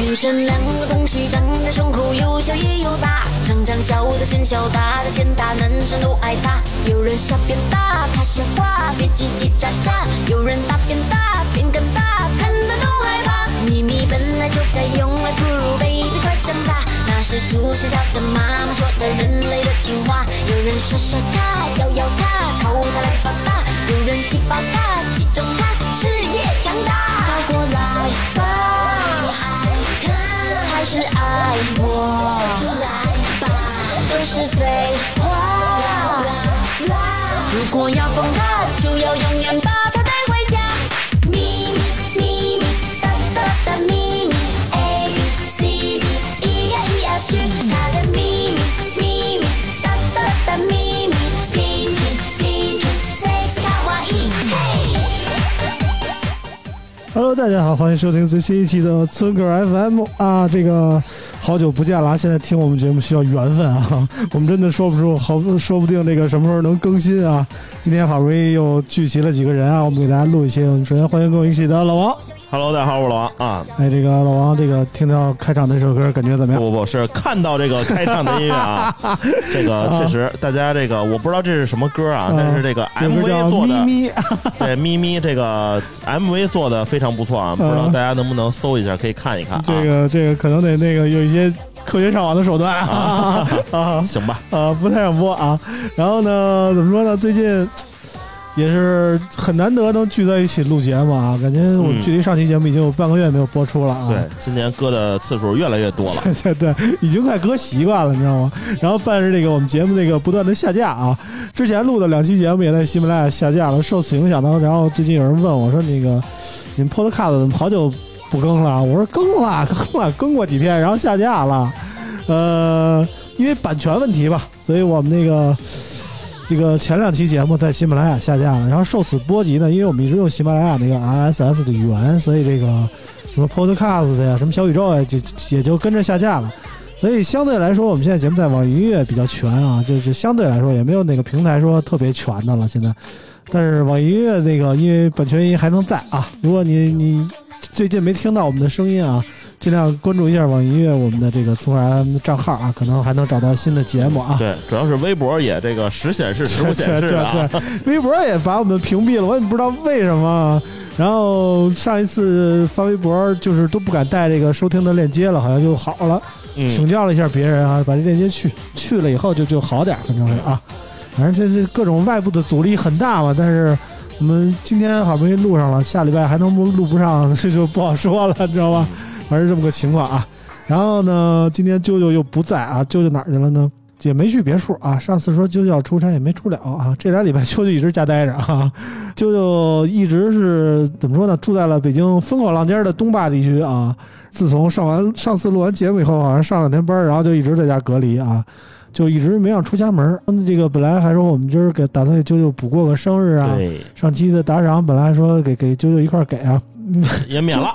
女生两股东西长在胸口，有小也有大，常常小的显小，大的显大，男生都爱她。有人小便大，她嫌话，别叽叽喳喳；有人大便大，便更大，看的都害怕。秘密本来就该用来哺乳，baby 快长大。那是出现笑的妈妈说的人类的进化。有人甩甩她，摇摇她，靠她来抱她；有人挤爆她，击中她，事业强大。靠过来吧。还是爱我，都是废话。如果要碰他，就要永远把他带回家。咪咪咪咪，哒哒哒咪咪，A B C D E F E F G，他的咪咪咪咪，哒哒哒咪咪，Pink Pink Sexy 卡哇伊，嘿。 Hello，大家好，欢迎收听最新一期的村口 FM 啊！这个好久不见了啊，现在听我们节目需要缘分啊， 我们真的说不出，好说不定这个什么时候能更新啊。今天好不容易又聚齐了几个人啊，我们给大家录一期。我们首先欢迎跟我一起的老王， Hello，大家好，我是老王啊。哎，这个老王，这个听到开场这首歌感觉怎么不样？不不是看到这个开唱的音乐 啊，这个确实，大家这个我不知道这是什么歌啊，嗯但是这个有个叫 MV 做的咪咪，啊对咪咪这个 MV 做的非常不错啊，不知道大家能不能搜一下，可以看一看啊。这个这个可能得那个有一些科学上网的手段 啊 啊行吧，啊，不太想播啊。然后呢，怎么说呢？最近也是很难得能聚在一起录节目啊，感觉我嗯距离上期节目已经有半个月没有播出了啊。对，今年歌的次数越来越多了。对对对，已经快割习惯了，你知道吗？然后伴着这个我们节目这个不断的下架啊，之前录的两期节目也在喜马拉雅下架了，受此影响呢，然后最近有人问我说那个你们 Podcast 怎么好久不更了？我说更了， 更了，更过几天，然后下架了，呃，因为版权问题吧，所以我们那个。这个前两期节目在喜马拉雅下架了，然后受此波及呢，因为我们一直用喜马拉雅那个 RSS 的源，所以这个什么 Podcast 呀、什么小宇宙呀，就也就跟着下架了。所以相对来说，我们现在节目在网易音乐比较全啊，就是相对来说也没有哪个平台说特别全的了。现在，但是网易音乐那个因为版权原因还能在啊。如果你你最近没听到我们的声音啊，尽量关注一下网易音乐我们的这个从然的账号啊，可能还能找到新的节目啊。对，主要是微博也这个时显示时不显示对的啊对。对，微博也把我们屏蔽了，我也不知道为什么。然后上一次发微博就是都不敢带这个收听的链接了，好像就好了。请 嗯，教了一下别人啊，把这链接去去了以后就就好点儿，反正是啊。反正这这各种外部的阻力很大嘛，但是我们今天好不容易录上了，下礼拜还能不录不上， 这就不好说了，你知道吗？反正这么个情况啊。然后呢，今天舅舅又不在啊，舅舅哪儿去了呢？也没去别墅啊。上次说舅舅要出差也没出了啊。这俩礼拜舅舅一直家待着啊，舅舅一直是怎么说呢？住在了北京风口浪尖儿的东坝地区啊。自从上完上次录完节目以后，好像上两天班儿，然后就一直在家隔离啊，就一直没让出家门儿。嗯，这个本来还说我们今儿给打算给舅舅补过个生日啊，对，上期的打赏本来还说给给舅舅一块儿给啊， 也免了，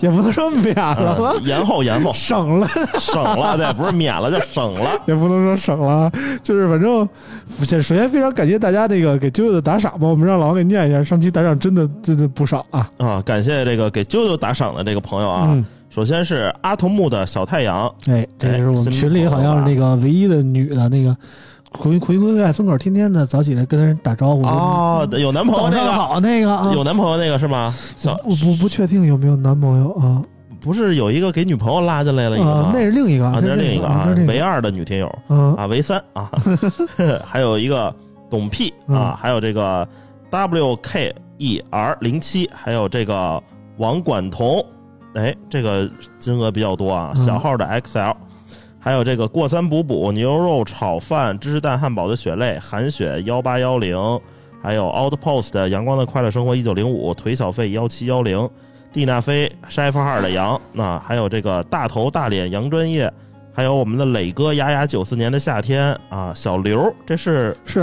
也不能说免了 吧，嗯延后延后，省了。省了，对，不是免了，叫省了。 也不能说省了啊，就是反正首首先非常感谢大家那个给舅舅的打赏吧，我们让老王给念一下，上期打赏真的真的不少啊，啊，感谢这个给啾啾打赏的这个朋友啊。嗯首先是阿童木的小太阳，哎，这是我们群里好像是那个唯一的女的那个回回归在风口，天天的早起来跟人打招呼，哦，有男朋友早那上个，好那个啊，有男朋友那个是吗？小我不不确定有没有男朋友啊不是有一个给女朋友拉进来了一个啊吗，？那是另一个啊，这那是另一个个啊这是，另一唯个二的女听友啊 啊，唯三啊，还有一个董屁嗯啊，还有这个 WK E R 零七，还有这个王管彤，哎，这个金额比较多啊，嗯小号的 XL，、还有这个过三补补牛肉炒饭、芝士蛋汉堡的血泪、韩雪幺八幺零，还有 Outpost 的阳光的快乐生活一九零五、腿小费幺七幺零、蒂娜菲、筛法哈尔的羊，那、还有这个大头大脸杨专业。还有我们的磊哥雅雅九四年的夏天啊，小刘，这是是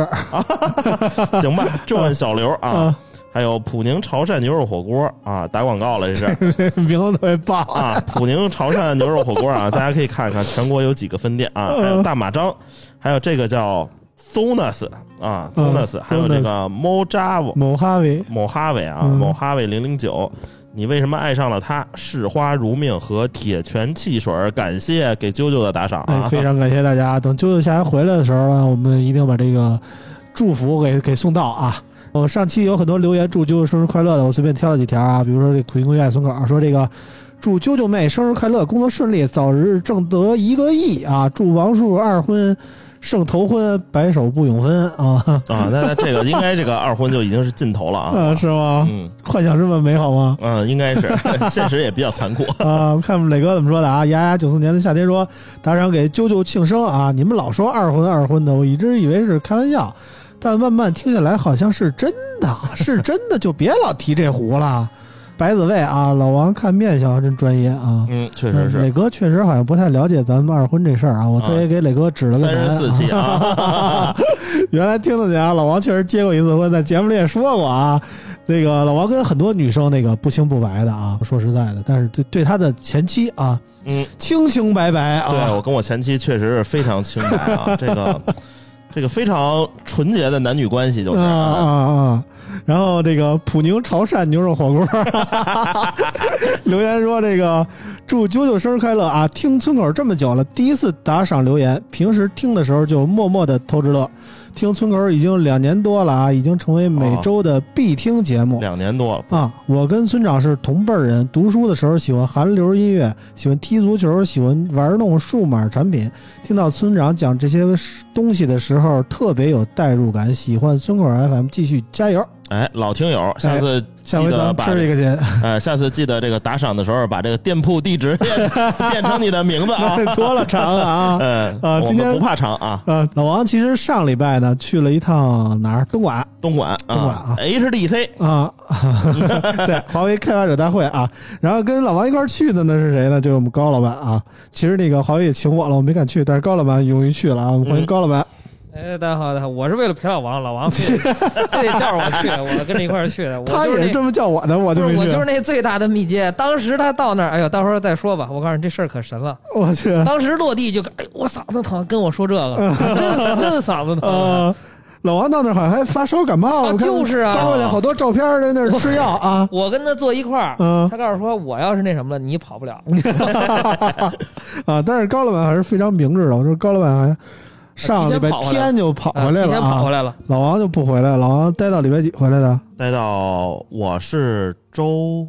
行吧，就问小刘啊啊，， 还有普宁潮汕牛肉火锅啊，打广告了这是这名字特别棒啊啊，普宁潮汕牛肉火锅啊，大家可以看看全国有几个分店啊，嗯还有大马张，还有这个叫 Sonus 啊嗯，Sonus，还有这个 Mojave 某哈维，某哈维啊，嗯某哈维零零九。你为什么爱上了他？视花如命和铁拳汽水，感谢给啾啾的打赏哎，啊！非常感谢大家。等啾啾下回回来的时候呢，我们一定把这个祝福给给送到啊。我、上期有很多留言祝啾啾生日快乐的，我随便挑了几条啊，比如说这苦心公园松口说这个祝啾啾妹生日快乐，工作顺利，早日挣得一个亿啊！祝王叔二婚胜头婚，白首不永分啊！啊，那那这个应该这个二婚就已经是尽头了啊 啊，！是吗？嗯幻想这么美好吗？嗯，应该是， 现实也比较残酷。 啊，我看磊哥怎么说的啊？牙牙九四年的夏天说，打赏给啾啾庆生啊！你们老说二婚二婚的，我一直以为是开玩笑，但慢慢听下来好像是真的，是真的就别老提这壶了。白子卫啊，老王看面相真专业啊。嗯，确实嗯磊是哥确实好像不太了解咱们二婚这事儿啊，我特意给磊哥指了个三南、十四期 啊。原来听得见啊，老王确实结过一次婚，在节目里也说过啊。这个老王跟很多女生那个不清不白的啊，说实在的，但是对对他的前妻啊，嗯，清清白白对啊，我跟我前妻确实是非常清白 啊，这个这个非常纯洁的男女关系就是啊啊啊。啊！然后这个普宁潮汕牛肉火锅， 留言说这个祝九九生日快乐啊！听村口这么久了，第一次打赏留言，平时听的时候就默默的偷着乐，听村口已经两年多了啊，已经成为每周的必听节目。两年多了，啊，我跟村长是同辈儿人，读书的时候喜欢韩流音乐，喜欢踢足球，喜欢玩弄数码产品。听到村长讲这些东西的时候，特别有代入感。喜欢村口 FM，继续加油！哎，老听友，下次记下回咱得们把吃这个去，呃，下次记得这个打赏的时候，把这个店铺地址 变成你的名 字啊。多了长了啊！嗯，啊我今天们不怕长啊，呃，老王其实上礼拜呢去了一趟哪儿？东莞东莞东莞啊啊，HDC 啊， 对，华为开发者大会啊。然后跟老王一块儿去的呢是谁呢？就是我们高老板啊。其实那个华为也请我了，我没敢去，但是高老板勇于去了啊。我们欢迎嗯高老板。哎，大家好，大家好，我是为了陪老王，老王 非得非得叫着我去，我跟着一块儿去的。我他就也那是这么叫我的，我不就是没我去就是。那最大的密接。当时他到那儿，哎呦，到时候再说吧。我告诉你，这事儿可神了。我去， 当时落地就，哎呦，我嗓子疼，跟我说这个，真真嗓子疼啊。呃，老王到那儿好像还发烧感冒了，啊我看就是啊发过来好多照片儿在那儿吃药啊。我跟他坐一块儿，嗯他告诉说，我要是那什么了，你跑不了。 啊，但是高老板还是非常明智的。我说高老板好像啊上礼拜天就跑啊回来提了前跑回啊，来了，老王就不回来，老王待到礼拜几回来的待到我是周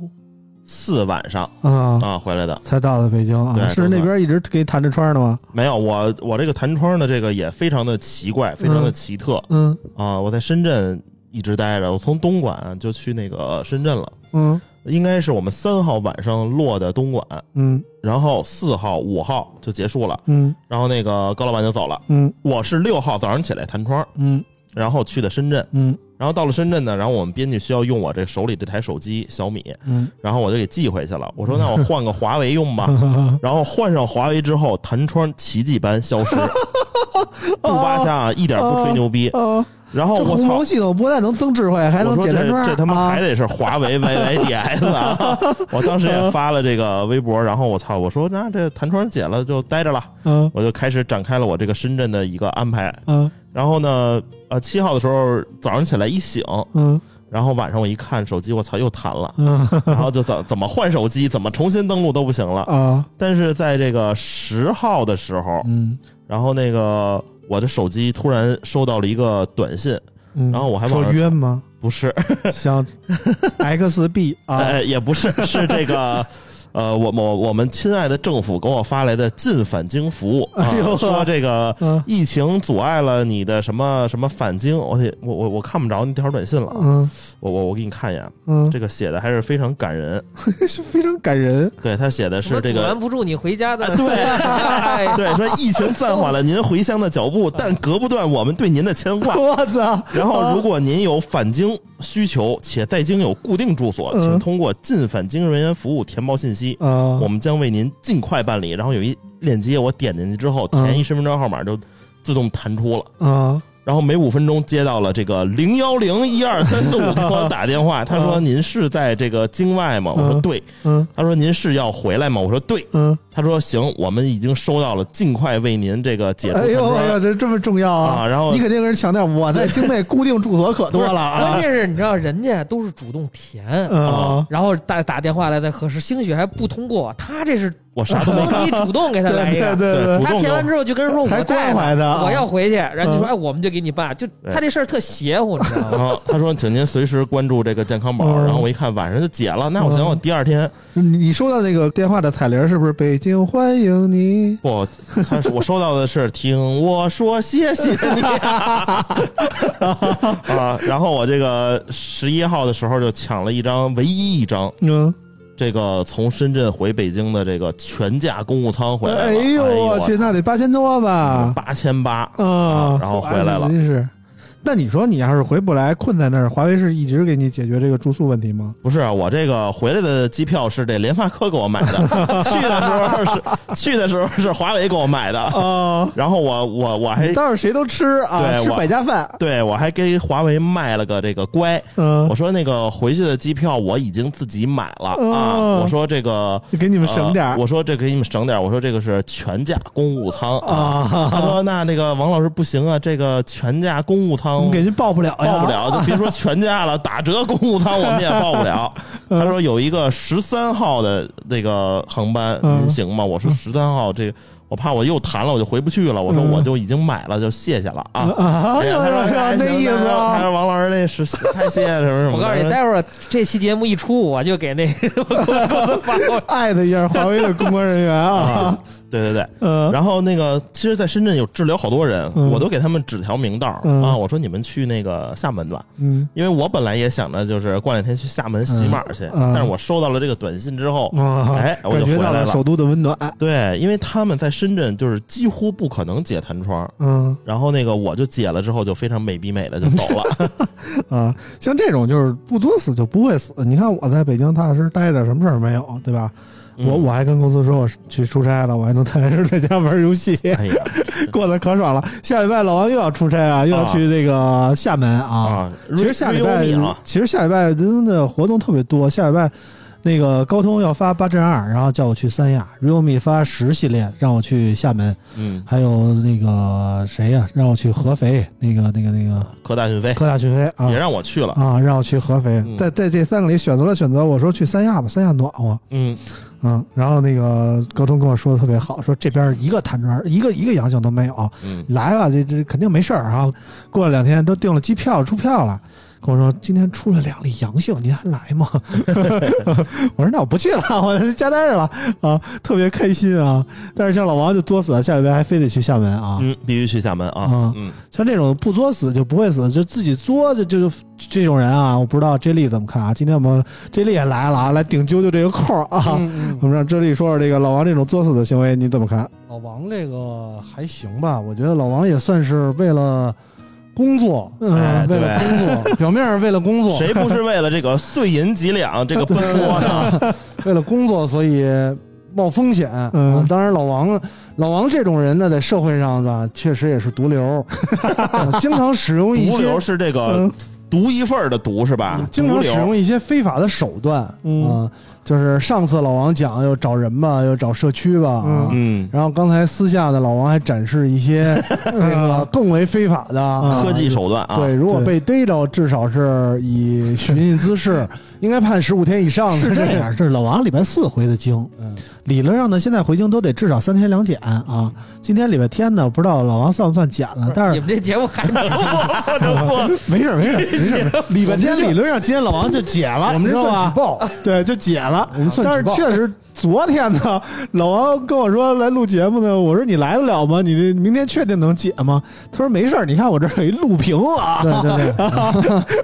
四晚上啊，啊回来的。才到的北京啊。对是那边一直给你弹着窗的吗？没有，我我这个弹窗的这个也非常的奇怪，非常的奇特、嗯啊！我在深圳一直待着，我从东莞就去那个深圳了，嗯应该是我们三号晚上落的东莞，嗯然后四号、五号就结束了，嗯然后那个高老板就走了。嗯我是六号早上起来弹窗，嗯然后去的深圳，嗯然后到了深圳呢，然后我们编辑需要用我这手里这台手机小米，嗯然后我就给寄回去了。我说那我 换个华为用吧，然后换上华为之后，弹窗奇迹般 消失，不扒瞎啊，一点不吹牛逼。哦，然后这我鸿操蒙，系统不但能增智慧，还能我说解这弹窗，这他妈还啊得是华为 YYDS 啊！我当时也发了这个微博，然后我操，我说那这弹窗解了就待着了，嗯我就开始展开了我这个深圳的一个安排。嗯然后呢，呃，七号的时候早上起来一醒，嗯然后晚上我一看手机，我操，又弹了。嗯 然后就怎怎么换手机，怎么重新登录都不行了。啊但是在这个十号的时候，嗯。然后那个我的手机突然收到了一个短信，嗯然后我还往说上冤吗？不是，想 XB 啊，呃，也不是，是这个呃，我我我们亲爱的政府给我发来的进返京服务，啊哎呦呵说这个嗯疫情阻碍了你的什么什么返京，我得我我我看不着那条短信了，啊嗯我我我给你看一眼，嗯，这个写的还是非常感人，是非常感人。对他写的我是这阻个拦不住你回家的，啊对哎对，说疫情暂缓了您回乡的脚步，但隔不断我们对您的牵挂。我操！ 然后，如果您有返京需求，且在京有固定住所，嗯请通过进返京人员服务填报信息，啊，我们将为您尽快办理。然后有一链接，我点进去之后，嗯填一身份证号码就自动弹出了。啊，然后每五分钟接到了这个零幺零一二三四五给我打电话，他说：“嗯您是在这个京外吗？”我说：“嗯对。”嗯他说：“您是要回来吗？”我说：“对。”嗯，他说：“行，我们已经收到了，尽快为您这个解除哎弹呦窗哎呦，这这么重要啊！”啊！然后你肯定跟人强调，我在京内固定住所可 多了关啊。键是你知道人家都是主动填，嗯，然后打打电话来再核实，兴许还不通过，他这是我啥都没干，帮你主动给他对来一对对个。对哎对主他动填完就之后就跟人说我还在关怀呢他我要回去。然后你说嗯哎，我们就给你办，就对他这事儿特邪乎，你知道然吗？后啊他说：“请您随时关注这个健康宝。嗯然后我一看晚上就解了，那我想我第二天对，你你收到那个电话的彩铃是不是“北京欢迎你不，他说我收到的是听我说谢谢你 啊。然后我这个十一号的时候就抢了一张唯一一张”？嗯，这个从深圳回北京的这个全价公务舱回来了。哎哎呦我去，那得八千多吧？八千八啊，然后回来了哎真是。那你说你要是回不来，困在那儿，华为是一直给你解决这个住宿问题吗？不是我这个回来的机票是这联发科给 我买的，去的时候是去的时候是华为给我买的，啊，哎然后我我我还你倒是谁都吃啊，对吃我百家饭。对我还给华为卖了个这个乖，嗯我，说那个回去的机票我已经自己买了啊，哦我说这个就给你你们省点儿我说这给你们省点儿，我说这个是全价公务舱。他啊，说那那个王老师不行啊，这个全价公务舱你给人报不了呀，报不了，就别说全价了，打折公务舱我们也报不 了。他说有一个十三号的那个航班，嗯您行吗？我说十三号这个，我怕我又谈了，我就回不去了。我说嗯我就已经买了，就谢谢了啊。啊，哎呀他说哎哎呀那意行思他啊，说王老师那是太谢谢什么什么。我告诉他你，说待会儿这期节目一出，我就给那个公司发过来。艾特一下华为的公关人员啊啊，对对对。嗯然后那个，其实，在深圳有治疗好多人，嗯我都给他们指条明道嗯啊。我说你们去那个厦门吧，嗯因为我本来也想着就是过两天去厦门洗码去，嗯但是我收到了这个短信之后，啊，哎，我感就回觉到来了首了。都的温暖，对，因为他们在深圳就是几乎不可能解弹窗，嗯然后那个我就解了之后就非常美逼美的就走 了。啊，像这种就是不作死就不会死。你看我在北京踏踏实实待着，什么事儿没有，对吧？我嗯我还跟公司说我去出差了，我还能踏踏实实在家玩游戏，哎呀过得可爽了。下礼拜老王又要出差啊，又要啊去那个厦门啊。啊，其实下礼拜 Realme 啊，，其实下礼拜真的活动特别多。下礼拜那个高通要发八阵二，然后叫我去三亚；realme 发十系列，让我去厦门；嗯，还有那个谁呀、让我去合肥。那个那个那个科大讯飞科大讯飞啊也让我去了，啊，让我去合肥。嗯在在这三个里选择了选择，我说去三亚吧，三亚暖和。嗯，嗯，然后那个高通跟我说的特别好，说这边一个弹窗，一个一个阳性都没有，啊嗯来吧，这这肯定没事儿。然后过了两天都订了机票出票了，跟我说今天出了两例阳性，您还来吗？ 我说那我不去了， 我在家待着了啊，特别开心啊。但是像老王就作死，下礼拜还非得去厦门啊。嗯，必须去厦门啊啊，嗯，像这种不作死就不会死，就自己作就就这种人啊，我不知道 J 莉怎么看啊。今天我们 J 莉也来了啊，来顶啾啾这个空儿啊。嗯我们让这里说说这个老王这种作死的行为，你怎么看？老王这个还行吧，我觉得老王也算是为了工作，嗯哎为了工作， 表面上为了工作，谁不是为了这个碎银几两这个奔波呢？ 为了工作，所以冒风险。嗯啊当然老王，老王这种人呢，在社会上吧，确实也是毒 瘤，啊经常使用一毒些瘤是这个嗯独一份儿的毒是吧？经毒常使瘤用一些非法的手段啊、嗯就是上次老王讲又找人吧，又找社区吧，啊嗯嗯，然后刚才私下的老王还展示一些这个更为非法的、啊科技手段啊，对，如果被逮着，至少是以寻衅滋事，应该判十五天以上的。是这样，这是老王礼拜四回的京，嗯，理论上呢，现在回京都得至少三天两检啊。今天礼拜天呢，不知道老王算不算检啊了，但 你是们这节目还能不能 过？ 没事儿没事儿没事儿，礼拜天理论上今天老王就解了，我你们知这道算举吧？报，对，就解了了。我们算但举是报。确实，昨天呢，老王跟我说来录节目呢，我说你来得了吗？你这明天确定能解吗？他说没事儿，你看我这儿有一录屏啊，对对对，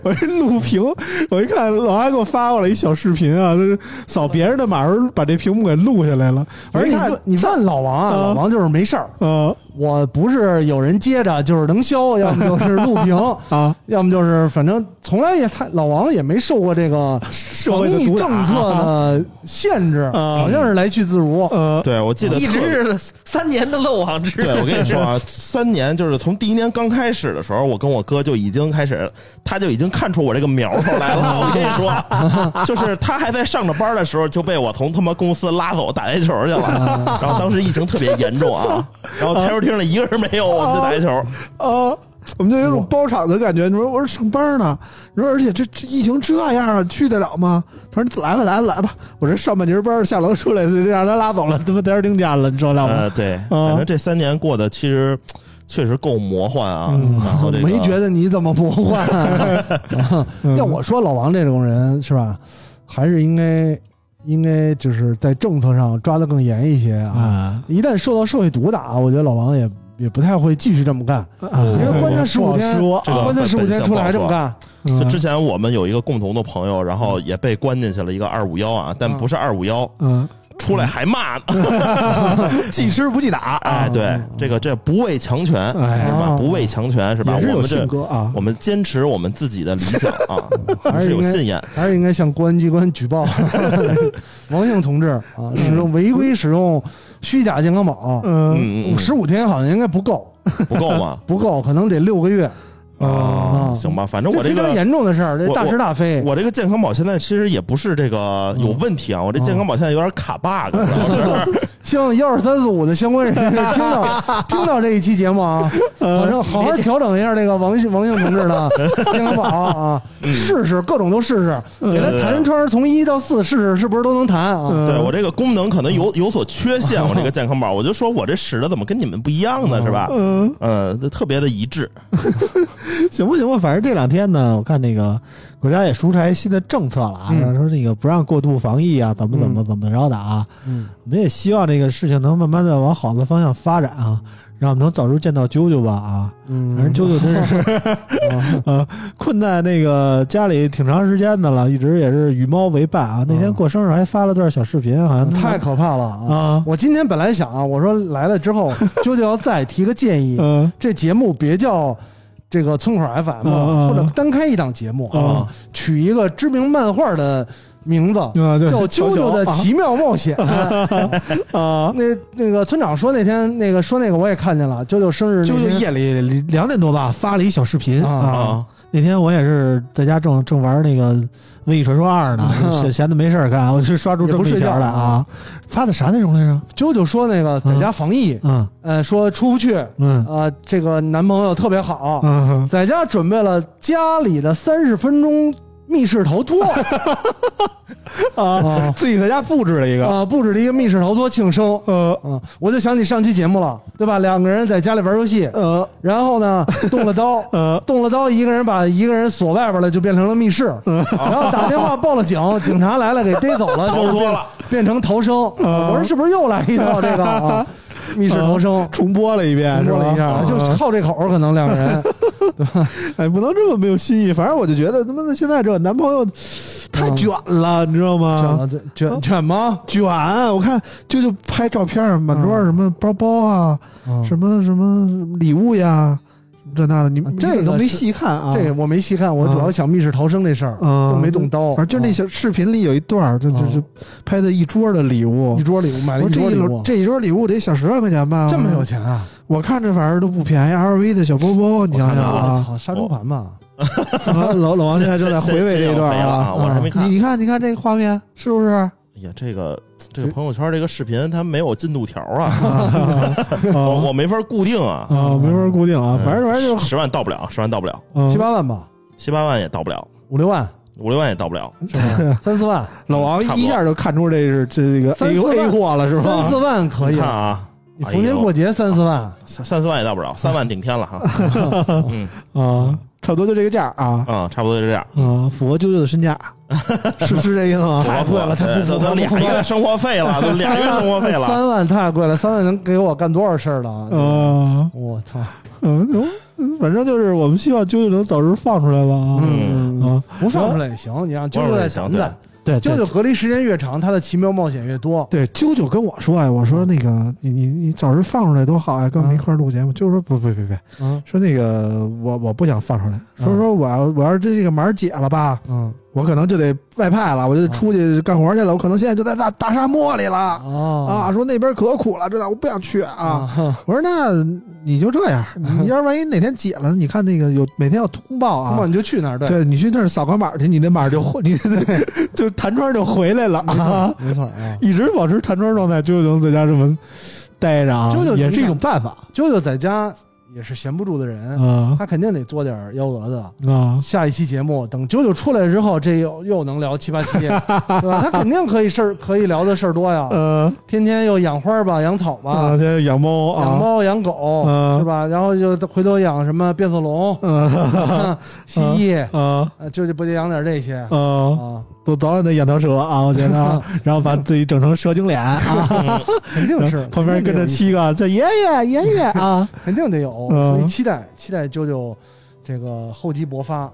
我这录屏，我一看老王给我发过来一小视频啊，就是扫别人的码儿把这屏幕给录下来了，而而且且你看问你问老王啊，啊老王就是没事儿，呃我不是有人接着，就是能消，要么就是录屏， 啊，要么就是反正从来也他老王也没受过这个社防会的疫毒打政策的限制，啊好像是来去自如。呃对，我记得一特别直是三年的漏网之鱼。 对，我跟你说啊，三年就是从第一年刚开始的时候，我跟我哥就已经开始，他就已经看出我这个苗头来 了。我跟你说，就是他还在上着班的时候，就被我从他妈公司拉走打台球去 了。然后当时疫情特别严重啊，然后台球厅里一个人没有，我们就打 台球。啊，我们就有一种包场的感觉。你说我说上班呢，你说而且这这疫情这样啊，去得了吗？他说来吧来吧来吧，我这上半截班下楼出来就让他拉走了，他妈在这定家了，你知道吗？呃，对，啊反正这三年过得其实确实够魔幻啊。然后这个嗯没觉得你怎么魔幻、 要我说，老王这种人是吧，还是应该应该就是在政策上抓得更严一些啊。啊一旦受到社会毒打，我觉得老王也也不太会继续这么干。啊你说关他十五天，说这个关他十五天出来还这么干，就之前我们有一个共同的朋友，然后也被关进去了一个二五幺啊，但不是二五幺，嗯，出来还骂呢。既吃不记打，哎，对，这个这不畏强权，哎是吧？啊不畏强权是吧？也是我有们性这格啊我。们坚持我们自己的理想啊，我还们是是有应该信念。还是应该向公安机关 举报王姓同志啊，使用违规使用虚假健康宝，嗯嗯，嗯十五天好像应该不够，嗯不够吗？不够，可能得六个月。啊，啊行吧，反正我非这常个严重的事儿，这我大是大非。我这个健康宝现在其实也不是这个有问题啊，我这健康宝现在有点卡 bug，主要是希望幺二三四五的相关人 士听到听到这一期节目啊，嗯反正好好调整一下这个王姓王姓同 志的健康宝啊，嗯试试各种都试试，给他对对弹窗从一到四试试，是不是都能弹啊？对我这个功能可能有有所缺陷，我这个健康宝，我就说我这使的怎么跟你们不一样呢，是吧？嗯，嗯，特别的一致，行吧行吧，反正这两天呢，我看那个国家也出台新的政策了啊，嗯说那个不让过度防疫啊，怎么怎么怎么着的啊。嗯，我们也希望这个事情能慢慢的往好的方向发展啊，让我们能早日见到啾啾吧啊！反正 嗯，啾啾真是 呃困在那个家里挺长时间的了，一直也是与猫为伴啊。那天过生日还发了段小视频，好像嗯太可怕了他啊！啊，我今天本来想啊，我说来了之 后，啾啾要再提个建议，嗯这节目别叫这个村口 FM，嗯嗯了或者单开一档节目嗯啊，取一个知名漫画的名字。啊，对叫《啾啾的奇妙冒险》 啊，那那个村长说那天那个说那个我也看见了，啾啾生日啾啾那天夜里两点多吧发了一小视频啊啊啊。那天我也是在家正正玩那个《瘟疫传说二》 呢，嗯闲闲的没事儿干，我就刷出这么一条来啊。发的啥内容来着？啾啾说那个在家防疫，嗯呃，说出不去，嗯呃，这个男朋友特别好，嗯，在家准备了家里的三十分钟密室逃脱啊， 啊自己在家布置了一个，啊，布置了一个密室逃脱庆生，呃嗯，我就想起上期节目了，对吧？两个人在家里玩游戏，呃然后呢，动了 刀，呃动了刀，一个人把一个人锁外边了，就变成了密室。然后打电话报了警， 警察来了，给逮走了，呃就是逃脱变了变成逃生。我说是不是又来一 套这个啊？密室逃生，重播了一遍，重播了一下，嗯是就吧啊靠这口儿可能两个人。哎，不能这么没有新意。反正我就觉得他妈的现在这男朋友太卷了，你知道嗯卷吗了？这卷卷吗？卷，我看舅舅拍照片儿，满桌儿什么包包啊，嗯呃什么什么礼物呀，这那的，你啊这你个都没是细看啊。这个我没细看，我主要想密室逃生这事儿，嗯都没动刀。反正就那啊小视频里有一段儿，就就嗯就拍的一桌的礼物一。桌礼物买我了说这一桌一礼轮物，这一桌礼物得小十万块钱吧？这么有钱啊！我看着反正都不便宜，LV 的小包包，你想想我啊！操，杀猪盘吧？啊老老王现在正在回味这一段现在啊！我还没看。你你看，你看这个画面是啊不是？哎呀，这个这个朋友圈这个视频它没有进度条啊， 我啊我没法固定啊。哎啊，没法固定啊，反正反正就十十万到不了，十万到不了，嗯七八万吧，七八万也到不了，五六 万，五六万也到不了。是吧？三四万，老王差不多一下就看出这是这个三 A 四万 A 货了是三吧四？万可以你看。啊，你逢年过节三四万， 三三四万也到不了，三万顶天了哈。嗯，啊，差不多就这个价啊嗯，差不多就这样。啊，符合舅舅的身 价，是不是这意思啊？太贵了太对不符合都 俩不符合月生活费 了，都俩月生活费了。三万太贵了，三万能给我干多少事儿了啊？啊，我操！嗯，嗯反正就是我们希望啾啾能早日放出来吧啊嗯啊，不放出来也行，你让啾啾再攒攒。对，啾对啾隔离时间越长，他的奇妙冒险越多。对，啾啾跟我说哎，我说那个你你你早日放出来多好呀，啊跟我们一块儿录节目。啾啾说不不不不，嗯说那个我我不想放出来，说嗯说我要我要是这个门儿解了吧， 嗯我可能就得外派了，我就得嗯出去干活去了，我可能现在就在大大沙漠里了啊，啊说那边可苦了，真的我不想去啊。啊！我说那你就这样， 你要是万一哪天解了，你看那个有每天要通报那么啊。你就去那儿，对， 对你去那儿扫个码去，你那码就回，你就弹窗就回来了没啊错！没错啊。一直保持弹窗状态，就能在家这么待着啊，就就也是一种办法啾啾在家也是闲不住的人，啊他肯定得做点儿幺蛾子。 啊！下一期节目等九九出来之后，这又又能聊七八 期，对吧？他肯定可以事儿可以聊的事儿多呀，呃天天又养花儿吧，养草啊， 吧现，在养猫养啊，猫养狗嗯是吧？然后又回头养什么变色龙、嗯 蜥蜴，啊呃就就不得养点这些啊，啊？早早晚得养条蛇啊，我觉得 啊，然后把自己整成蛇精脸啊，肯定 是 旁边跟着，七个啊这爷爷爷爷啊， 肯定得有，嗯所以期待期待九九这个厚积薄 发，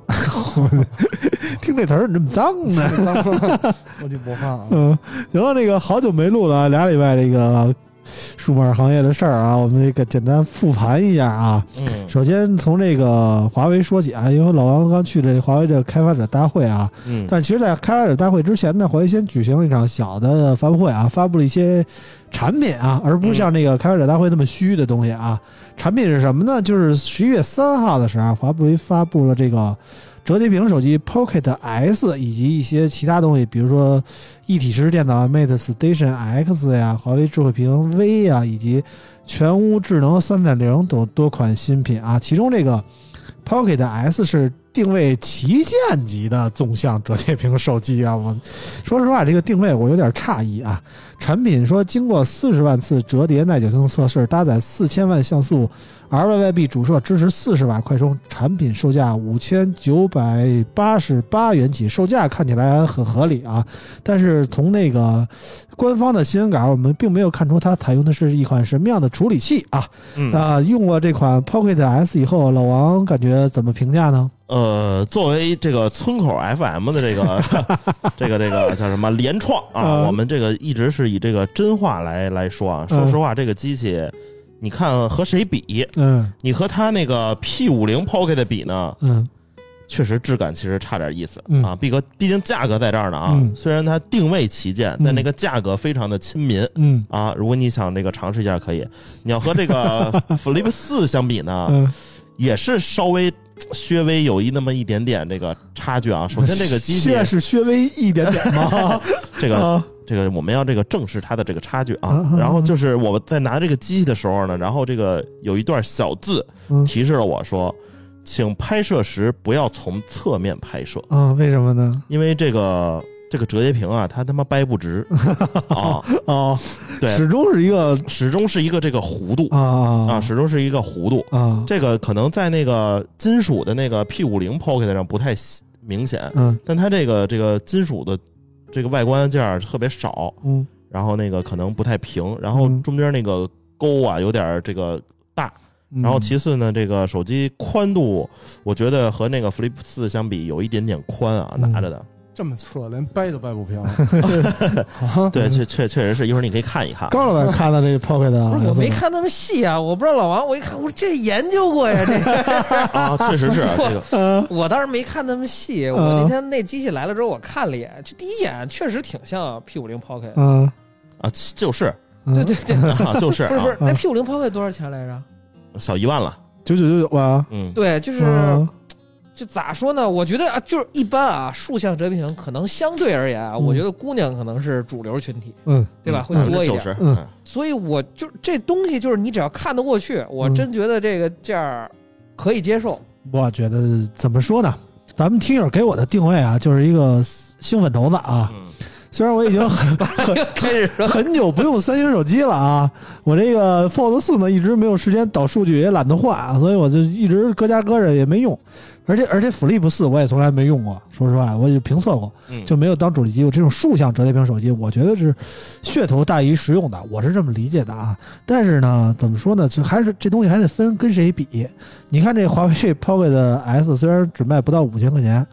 听这词儿怎么这么脏 呢？厚积薄发啊！嗯，行了，那个好久没录了，俩礼拜这个数码行业的事儿啊，我们这个简单复盘一下啊。嗯首先从这个华为说起啊，因为老王刚去这华为这个开发者大会啊， 嗯但其实，在开发者大会之前呢，华为先举行了一场小的发布会啊，发布了一些产品啊，而不是像那个开发者大会那么虚的东西啊。产品是什么呢？就是十一月三号的时候啊，华为发布了这个折叠屏手机 Pocket S 以及一些其他东西，比如说一体式电脑啊 Mate Station X 呀、华为智慧屏 V 呀、以及全屋智能三点零等多款新品啊。其中这个 Pocket S 是定位旗舰级的纵向折叠屏手机啊。我说实话，这个定位我有点诧异啊。产品说经过四十万次折叠耐久性测试，搭载四千万像素 RYYB 主摄，支持四十瓦快充，产品售价五千九百八十八元起，售价看起来很合理啊。但是从那个官方的新闻稿，我们并没有看出它采用的是一款什么样的处理器啊。嗯，啊，用过这款 Pocket S 以后，老王感觉怎么评价呢？呃，作为这个村口 FM 的 这个这个这个叫什么联创啊，嗯我们这个一直是以这个真话来来说啊。说嗯实话，这个机器，你看和谁比？嗯你和它那个 P 五零 Pocket 比呢，嗯确实质感其实差点意思嗯啊。毕哥，毕竟价格在这儿呢啊嗯，虽然它定位旗舰，嗯但那个价格非常的亲民。嗯啊，如果你想那个尝试一下，可以。你要和这个 Flip 四相比呢，嗯也是稍微略微有一那么一点点这个差距啊。首先，这个机器 现，在是略微一点点吗？ 这个啊这个，我们要这个正视它的这个差距啊嗯嗯。然后就是我在拿这个机器的时候呢，然后这个有一段小字嗯提示了我说，请拍摄时不要从侧面拍摄， 啊，为什么呢？因为这个这个折叠屏啊，它他妈掰不直啊，哦，对，始终是一个始终是一个这个弧度啊啊，啊始终是一个弧度。啊，这个可能在那个金属的那个 P 五零 Pocket 上不太明显，嗯但它这个这个金属的这个外观件儿特别少，嗯然后那个可能不太平，然后嗯中间那个沟啊有点儿这个大，嗯，然后其次呢，这个手机宽度我觉得和那个 Flip 四相比有一点点宽啊，嗯拿着的，这么测连掰都掰 不平，啊对，确确确实是一会儿你可以 看一看。高老板看到这 Pocket 啊不是我 S 没了看那么细啊，我不知道老王，我一看我说这研究过呀，这个啊，确实是这个，我当时没看那么细。啊我嗯那天那机器来了之后，我看了一眼，就第一眼确实挺像 P 五零 Pocket，嗯，啊，就是嗯对对对，啊，就是不是啊不是，那 P 五零 Pocket 多少钱来着？小一万了，九九九九啊吧，嗯，对，就是嗯就咋说呢？我觉得啊，就是一般啊，竖向折叠屏可能相对而言啊，嗯我觉得姑娘可能是主流群体，嗯对吧？会百分多之九一点。十，嗯嗯所以我就这东西，就是你只要看得过去，我嗯真觉得这个价儿可以 接受。我觉得怎么说呢？咱们听友给我的定位啊，就是一个兴奋头子啊。嗯虽然我已经很又开始说，很久不用三星手机了啊！ 我这个 Fold 四呢，一直没有时间导数据，也懒得换啊，所以我就一直搁家搁着也没用。而且而且 Flip 四我也从来没用过，说实话，我也评测过，嗯就没有当主力机。我这种竖向折叠屏手机，我觉得是噱头大于实用的，我是这么理解的啊。但是呢，怎么说呢？这还是这东西还得分跟谁比。你看这华为这 Pocket S 虽然只卖不到五千块钱，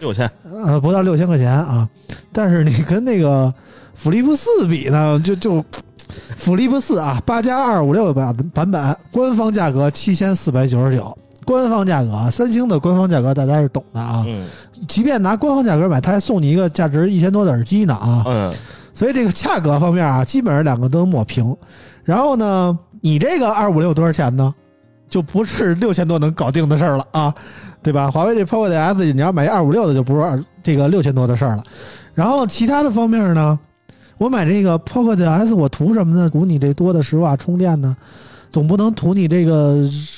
六千，呃，不到六千块钱啊，但是你跟那个 Flip 四比呢，就就 Flip 四啊，八加二五六版版本，官方价格七千四百九十九。官方价格啊，三星的官方价格大家是懂的啊。嗯即便拿官方价格买，它还送你一个价值一千多的耳机呢啊。嗯所以这个价格方面啊，基本上两个都抹平。然后呢，你这个二五六多少钱呢？就不是六千多能搞定的事儿了啊，对吧？华为这 Pocket S，你要买二五六的就不是二这个六千多的事儿了。然后其他的方面呢，我买这个 Pocket S，我图什么呢？图你这多的十瓦充电呢？总不能图你这个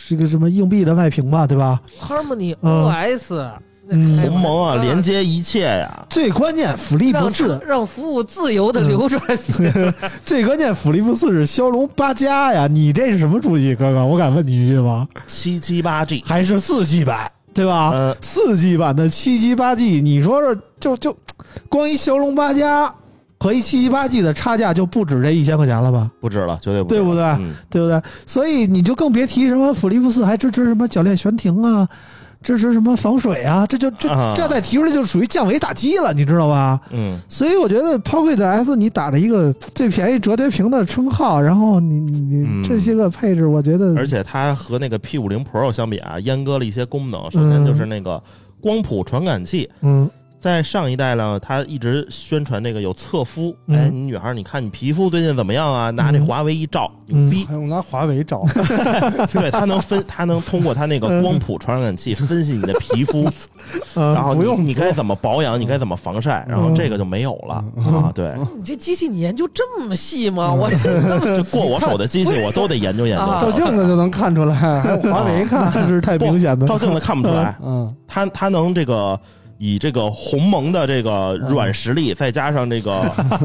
这个什么硬币的外屏吧，对吧？ Harmony 嗯 OS，嗯那开鸿玩蒙啊，笑连接一切呀，最关键，福利不嗯让是让让服务自由的 流转 起来。最关键，福利不四是骁龙八加呀！你这是什么主机，哥哥？我敢问你一句吗？七七八 G，还是四 G 版，对吧？嗯，四 G 版的七 G 八 G，你说说，就就光一骁龙八加和一七 G 八 G 的差价就不止这一千块钱了吧？不止了，绝对不止对了，不对嗯对不对？所以你就更别提什么福利不四还支持什么铰链悬停啊，支持什么防水啊，这就这啊这再提出来就属于降维打击了，你知道吧？嗯，所以我觉得 Pocket S 你打着一个最便宜折叠屏的称号，然后你你嗯你这些个配置，我觉得而且它和那个 P 五零 Pro 相比啊，阉割了一些功能。首先就是那个光谱传感器，嗯在上一代呢，它一直宣传这个有侧肤。嗯哎，你女孩儿，你看你皮肤最近怎么样啊？拿这华为一照，嗯牛逼！还用拿华为找，对，它 能分，它能通过它那个光谱传感器 分析你的皮肤，然嗯嗯，后不用你你该怎么保养，你该怎么防晒，然后这个就没有了嗯啊。对，你这机器你研究这么细吗？我这怎 么就过我手的机 器，我都得研究研啊照究。镜子就能看出来， 还有华为看，那是太明显的。照镜子看不出来， 嗯，他他能这个以这个鸿蒙的这嗯个软实力，再加上这 个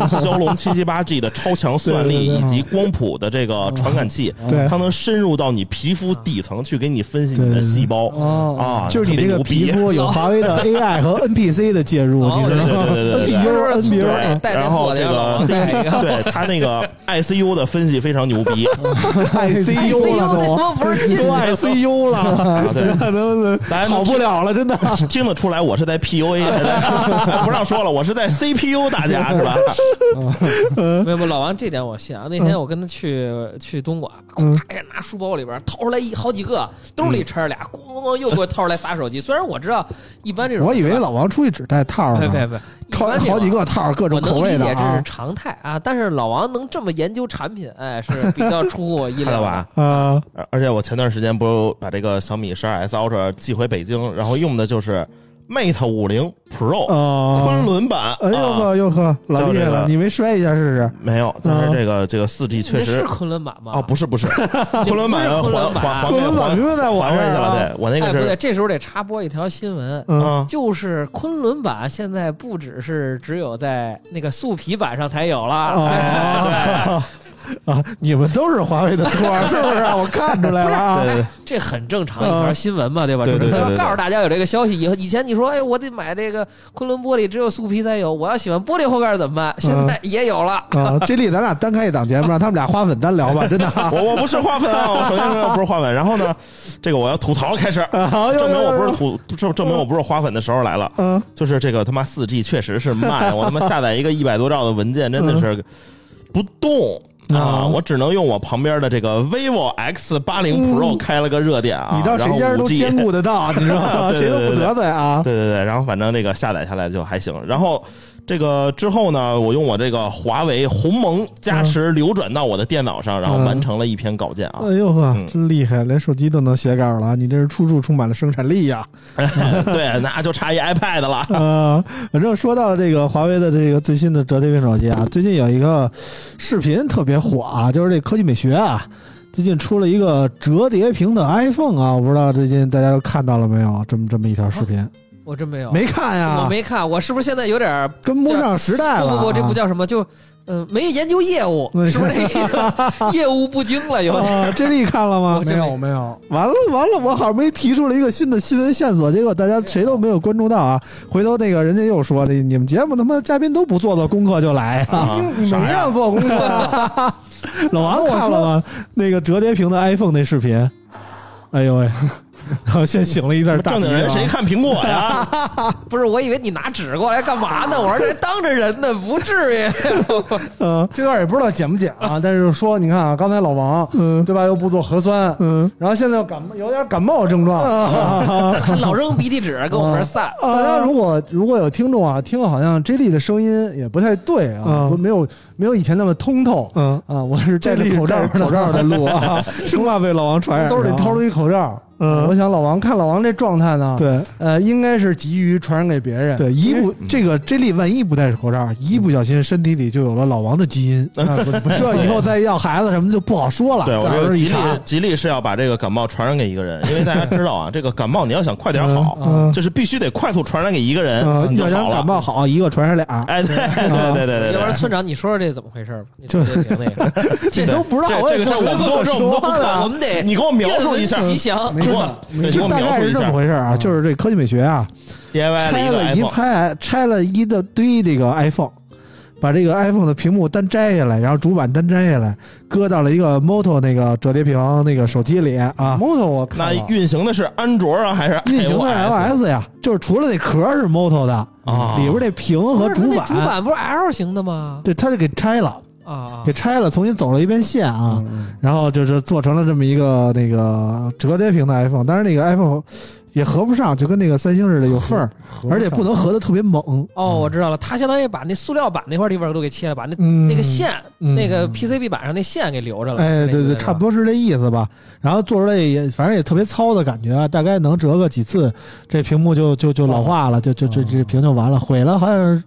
骁龙七七八 G 的超强算对对力，对嗯以及光谱的这个传感器，对它能深入到你皮肤底层去给你分析你的细胞哦啊，嗯就是你特这别个牛逼皮 肤有华为的 AI 和 NPC 的介入，哦你知道吗？对对对对对 NPU 就是 NPU 啊带然后这个 CPU 对它那个 ICU 的分析非常牛逼 哎哎 E E ICU E 了那都。帮 不是进都 ICU 了，啊，对。可能大家嗯能好不了了，真的。 听得出来，我是在 PUA，还在不让说了，我是在 CPU 大家 是吧？ 没有没有，老王这点我信啊。那天我跟他去、去东莞，嗯咵一下拿书包里边掏出来一好几个，兜里揣着俩，咣咣咣又给我掏出来仨手机。 虽然我知道一般这种，我以为老王出去只带套呸呸呢，呸，超一般这种好几个套，各种口味的我能理解这啊是常态啊，但是老王能这么研究产品，哎，是比较出乎我意看料 到的吧？？啊，而而且我前段时间不把这个小米十二 S Ultra 寄回北京，然后用的就是 Mate 五零 Pro、呃，昆仑版。哎呦啊呵呦呵，老厉害叫这了！个你没摔一下试试？没有，但是这个这个四 G 那确是实昆仑版吗？啊，不是不是，昆仑版还昆仑版还还昆仑版明明在我还这原儿一下，啊，对我那哎，个不对，是这时候得插播一条新闻。嗯，嗯就是昆仑版现在不只是只有在那个素皮版上才有了，哦啊 啊！你们都是华为的托儿，是不是？我看出来了 对啊对对，哎这很正常一条新闻嘛，对吧？对对对要对对告诉大家有这个消息，以后以前你说，哎，我得买这个昆仑玻璃，只有素皮才有，我要喜欢玻璃后盖怎么办？现在也有了。啊！这里咱俩单开一档节目，让他们俩花粉单聊吧，真的啊。 我我不是花粉啊，我首先说我不是花粉，然后呢，这个我要吐槽了开始，啊证明我不是吐，证证明我不是花粉的时候来了。嗯 就是这个他妈四 G 确实是慢，我他妈下载一个一百多兆的文件真的是不动。啊，嗯我只能用我旁边的这个 vivo X 八零 Pro 开了个热点啊，你到谁然后家都 5G 兼顾得到，你知道吗？对谁对都不得罪啊。对对对，然后反正这个下载下来就还行。然后这个之后呢，我用我这个华为鸿蒙加持流转到我的电脑上，然后嗯完成了一篇稿件啊哎。呦呵，嗯真厉害，连手机都能写稿了，啊你这是处处充满了生产力呀！ 对，那就差一 iPad 了。呃，反正说到这个华为的这个最新的折叠屏手机啊，最近有一个视频特别火啊，就是这科技美学啊，最近出了一个折叠屏的 iPhone 啊，我不知道最近大家都看到了没有？这么这么一条视频，啊我真没有，没看呀、我没看，我是不是现在有点跟不上时代不了、啊。不不，这不叫什么，就嗯，没研究业务，是不是这意思？ 业务不精了有点。啊，这你看了吗我？没真有没没有，完了完了，我好不容易提出了一个新的新闻线索，结果大家哎谁都没有关注到啊！回头那个人家又说这你们节目他妈嘉宾都不做做功课就来啊！啊，你没啥呀？让做功啊课， 老王看了吗？那个折叠屏的 iPhone 那视频，哎呦喂！然后先醒了一阵大正经人鼻子啊谁看苹果 呀？不是，我以为你拿纸过来干嘛呢？我说这当着人呢，不至于。嗯这段也不知道剪不剪啊。但是说，你看啊，刚才老王嗯对吧，又不做核酸，嗯然后现在又感冒，有点感冒症 状。啊老扔鼻涕纸跟我们这儿散，大家如果如果有听众啊，听好像 J 莉的声音也不太对啊，嗯不没有没有以前那么通透嗯，啊。我是这戴着里口罩戴的着口罩在录 啊，生怕被老王传染上兜啊。里掏出一口罩。啊嗯我想老王看老王这状态呢，，嗯对呃，应该是急于传染给别人。对，一不这个 J 莉万一不戴着口罩，一不小心身体里就有了老王的基 因，啊，不不是，这以后再要孩子什么就不好说了。对我到这时候个一极力查，极力是要把这个感冒传染给一个人，因为大家知道啊，这个感冒你要想快点好，嗯就是必须得快速传染给一个人， 嗯，你一就小好想了。感冒好，一个传染俩，哎，对对对对对要不对，然村长，你说说这怎么回事吧？你说说这那 个，这都不知道，这我这也个这不我们都这我们都不可我能们得你给我描述一下愿闻其详没给事我儿对，你给就我大描概述是一这么下回事儿啊，就是这科技美学啊， DIY 拆了了一一个 iPhone，拍，拆了一的堆这个 iPhone，把这个 iPhone 的屏幕单摘下来，然后主板单摘下来，搁到了一个 Moto 那个折叠屏那个手机里哎啊， Moto 我看那了运行的是安卓啊还是运行的 iOS iOS 呀，就是除了那壳是 Moto 的，啊？里边那屏和不是那板，主板不是 L 型的吗？对，他就给拆了，啊给，拆了，重新走了一遍线啊。嗯嗯然后就是做成了这么一个那个折叠屏的 iPhone，当然那个 iPhone 也合不上，就跟那个三星似的有缝儿，合而且不能合的特别猛。哦，我知道了，他相当于把那塑料板那块地方都给切了，把那嗯，那个，线，嗯那个 PCB 板上那线 给留着了。哎，对对，差不多是这意思吧。然后做出来也反正也特别糙的感觉啊，大概能折个几次，这屏幕就就就老化哦了，就就就这屏就完了，毁了好像是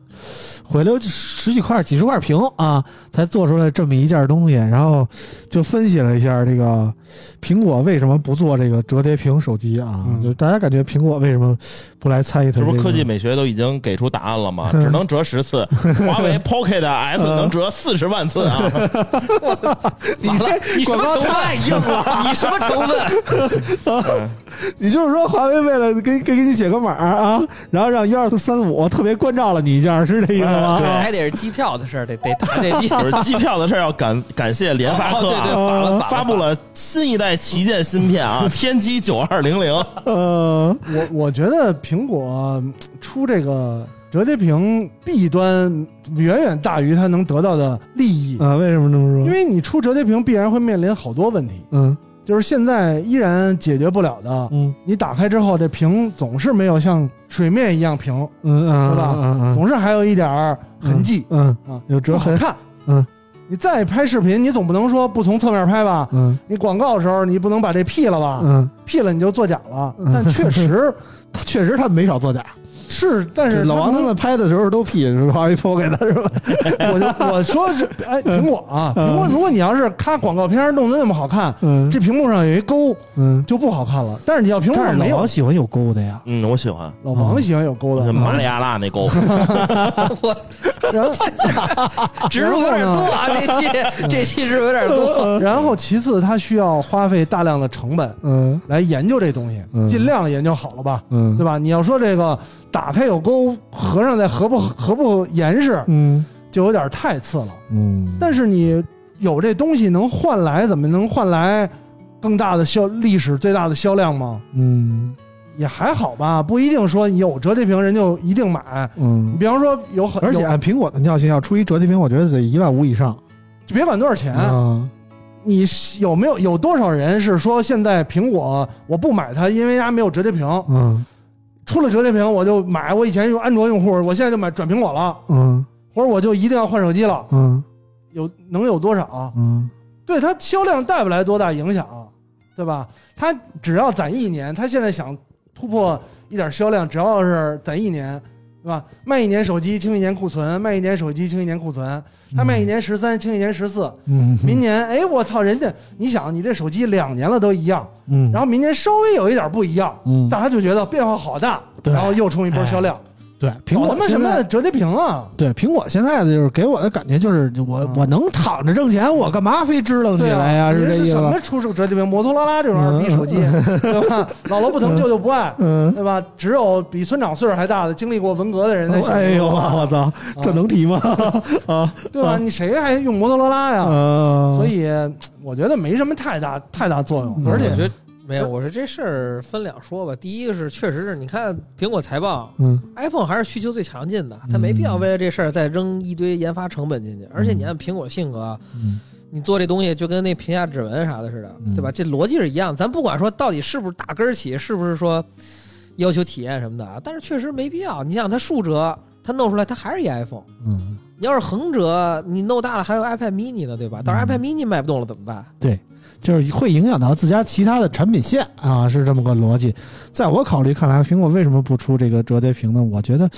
毁了十几块、几十块屏啊，才做出来这么一件东西。然后就分析了一下这个苹果为什么不做这个折叠屏手机啊，嗯就大家感觉苹果为什么不来参与它、这这个？不是科技美学都已经给出答案了 吗？嗯只能折十次，华为 Pocket S 嗯能折四十万次啊！ 你这你什么成分太硬了？你什么成分？ 你就是说华为为了给给给你写个码儿啊，然后让一二三五特别关照了你一下，是这意思吗？对还得是机票的事儿，得得谈这机。就是机票的事儿要感感谢联 发哦科对对，啊，反了反发布了新一代旗舰芯片 啊，天玑九二零零。呃，我我觉得苹果嗯出这个折叠屏弊端远远大于它能得到的利益，啊，为什么这么说？因为你出折叠屏必然会面临好多问题，嗯就是现在依然解决不了的。嗯你打开之后，这屏总是没有像水面一样平，嗯啊，对吧嗯嗯总是还有一点儿痕迹嗯，啊，有折不好 痕，看。嗯，你再拍视频，你总不能说不从侧面拍吧？嗯你广告的时候，你不能把这 P 了吧？嗯， P 了你就作假了。嗯但确实他确实他没少作假，是，但是老王它他能们拍的时候都 P 是 吧？一抛给他是吧？我就我说是，哎，苹果啊，苹果，如果你要是咔广告片儿弄得那么好看，嗯这屏幕上有一勾嗯，就不好看了。但是你要苹果但上是没老有王，喜欢有勾的呀，嗯，我喜欢。老王喜欢有勾嗯的，嗯啊马里亚纳那勾，我然后 植入有点多啊，这期这期植入有点多。然后其次，它需要花费大量的成本嗯来研究这东西，嗯尽量研究好了吧，嗯，对吧？你要说这个打开有勾，合上再合不合不严实，嗯就有点太次了。嗯，但是你有这东西能换来，怎么能换来更大的销历史最大的销量吗？嗯也还好吧，不一定说有折叠屏人就一定买。你嗯，比方说有很，而且有按苹果的尿性，要出一折叠屏，我觉得得一万五以上就别管多少钱，啊，你是有没有有多少人是说现在苹果我不买它，因为它没有折叠屏，嗯出了折叠屏我就买。我以前用安卓用户，我现在就买转苹果了，嗯或者我就一定要换手机了。嗯有能有多少？嗯对它销量带不来多大影响，对吧？它只要攒一年，它现在想突破一点销量，只要是攒一年，对吧？卖一年手机清一年库存，卖一年手机清一年库存，它卖一年十三清一年十四，嗯，明年哎我操，人家你想你这手机两年了都一样，嗯，然后明年稍微有一点不一样，嗯大家就觉得变化好大，对然后又冲一波销量，对，苹搞果他妈现什在么折叠屏啊？对苹果现在的就是给我的感觉就是我、嗯我能躺着挣钱，我干嘛非支棱起对啊来呀、你是这意思什吧么？出手折叠屏？摩托罗拉这种嗯二逼手机， 对吧？老罗不疼，舅舅不爱，嗯，对吧？只有比村长岁数还大的、经历过文革的人才喜欢哎呦摩托罗拉我操，这能提 吗？啊，对吧？你谁还用摩托罗拉呀？嗯，啊所以我觉得没什么太大太大作用，嗯而我且觉得没有，我说这事儿分两说吧。第一个是，确实是你看苹果财报嗯，iPhone 还是需求最强劲的，它没必要为了这事儿再扔一堆研发成本进去。而且你按苹果性格，嗯你做这东西就跟那屏下指纹啥的似的嗯，对吧？这逻辑是一样。咱不管说到底是不是打根儿起，是不是说要求体验什么的啊，但是确实没必要。你想它竖折，它弄出来它还是一 iPhone。嗯，你要是横折，你弄大了还有 iPad mini 呢，对吧？到时候嗯 iPad mini 卖不动了怎么办？就是会影响到自家其他的产品线啊，是这么个逻辑。在我考虑看来，苹果为什么不出这个折叠屏呢？我觉得，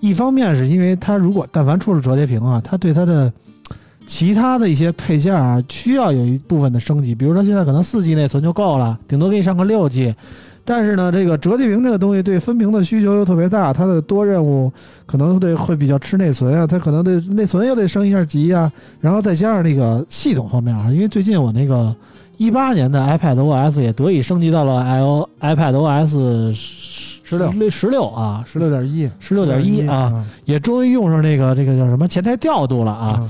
一方面是因为它如果但凡出了折叠屏啊，它对它的其他的一些配件啊，需要有一部分的升级。比如说现在可能四 G 内存就够了，顶多给你上个六 G。但是呢，这个折叠屏这个东西对分屏的需求又特别大，它的多任务可能对会比较吃内存啊，它可能对内存又得升一下级啊，然后再加上那个系统方面啊，因为最近我那个一八年的 iPad OS 也得以升级到了 i o iPad OS 十16十六啊，十六点一，十六点一啊，，也终于用上这个这个叫什么前台调度了啊。嗯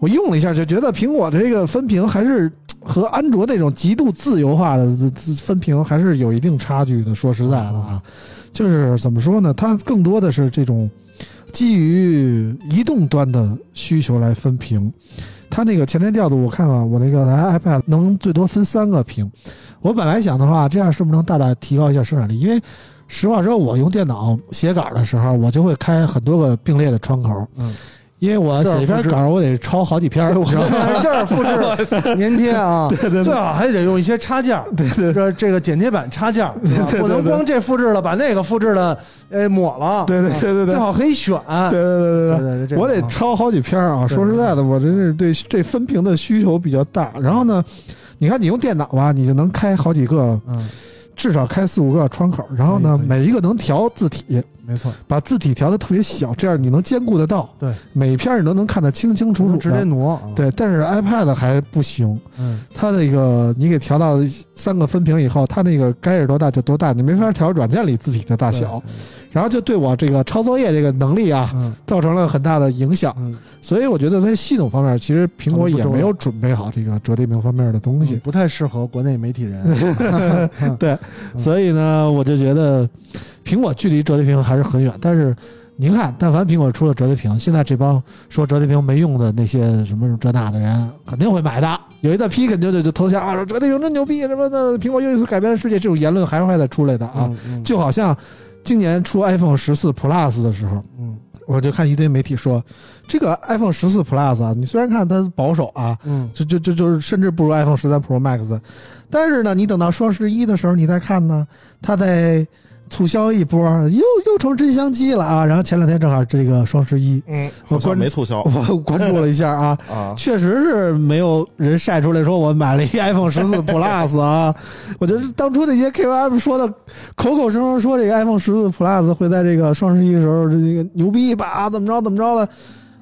我用了一下，就觉得苹果的这个分屏还是和安卓那种极度自由化的自自分屏还是有一定差距的。说实在的啊，就是怎么说呢？它更多的是这种基于移动端的需求来分屏。它那个前台调度，我看了，我那个 iPad 能最多分三个屏。我本来想的话，这样是不是能大大提高一下生产力？因为实话说，我用电脑写稿的时候，我就会开很多个并列的窗口。嗯，因为我写一篇稿，我得抄好几篇儿，我知道吗这 儿复制粘贴啊，最好还得用一些插件儿，这这个剪贴板插件儿，是吧不能光这复制了，把那个复制了，呃，抹了，对对对对对最好可以选，对对对对对。对对，我得这啊抄好几篇儿啊！对说实在的，我真是对这分屏的需求比较大。然后呢，你看你用电脑吧，你就能开好几个，个嗯，至少开四五个窗口。然后呢，可以可以每一个能调字体，没错，把字体调的特别小，这样你能兼顾得到。对，每篇儿你都能看得清清楚楚直接的。挪，啊，对，但是 iPad 还不行，嗯，它那个你给调到三个分屏以后，它那个该是多大就多大，你没法调软件里字体的大大小，，然后就对我这个抄作业这个能力啊，嗯造成了很大的影响。嗯，所以我觉得在系统方面，其实苹果也没有准备好这个折叠屏方面的东 西，不太适合国内媒体人， 嗯所以呢，我就觉得苹果距离折叠屏还是很远。但是您看，但凡苹果出了折叠屏，现在这帮说折叠屏没用的那些什么这那的人，肯定会买的。有一大批肯定就就投降啊，说折叠屏真牛逼什么的，苹果又一次改变了世界，这种言论还会再出来的啊。嗯，嗯就好像今年出 iPhone 十四 Plus 的时候，嗯我就看一堆媒体说，这个 iPhone 十四 Plus 啊，你虽然看它保守啊，嗯，就就就就是甚至不如 iPhone 十三 Pro Max，但是呢，你等到双十一的时候你再看呢，它再促销一波，又又成真香机了啊！然后前两天正好这个双十一，嗯，我好像关没促销 我关注了一下啊，啊，确实是没有人晒出来说我买了一 iPhone 十四 Plus 啊。我觉得当初那些 KOL 说的口口声声说这个 iPhone 十四 Plus 会在这个双十一的时候这个牛逼吧，啊怎么着怎么着的，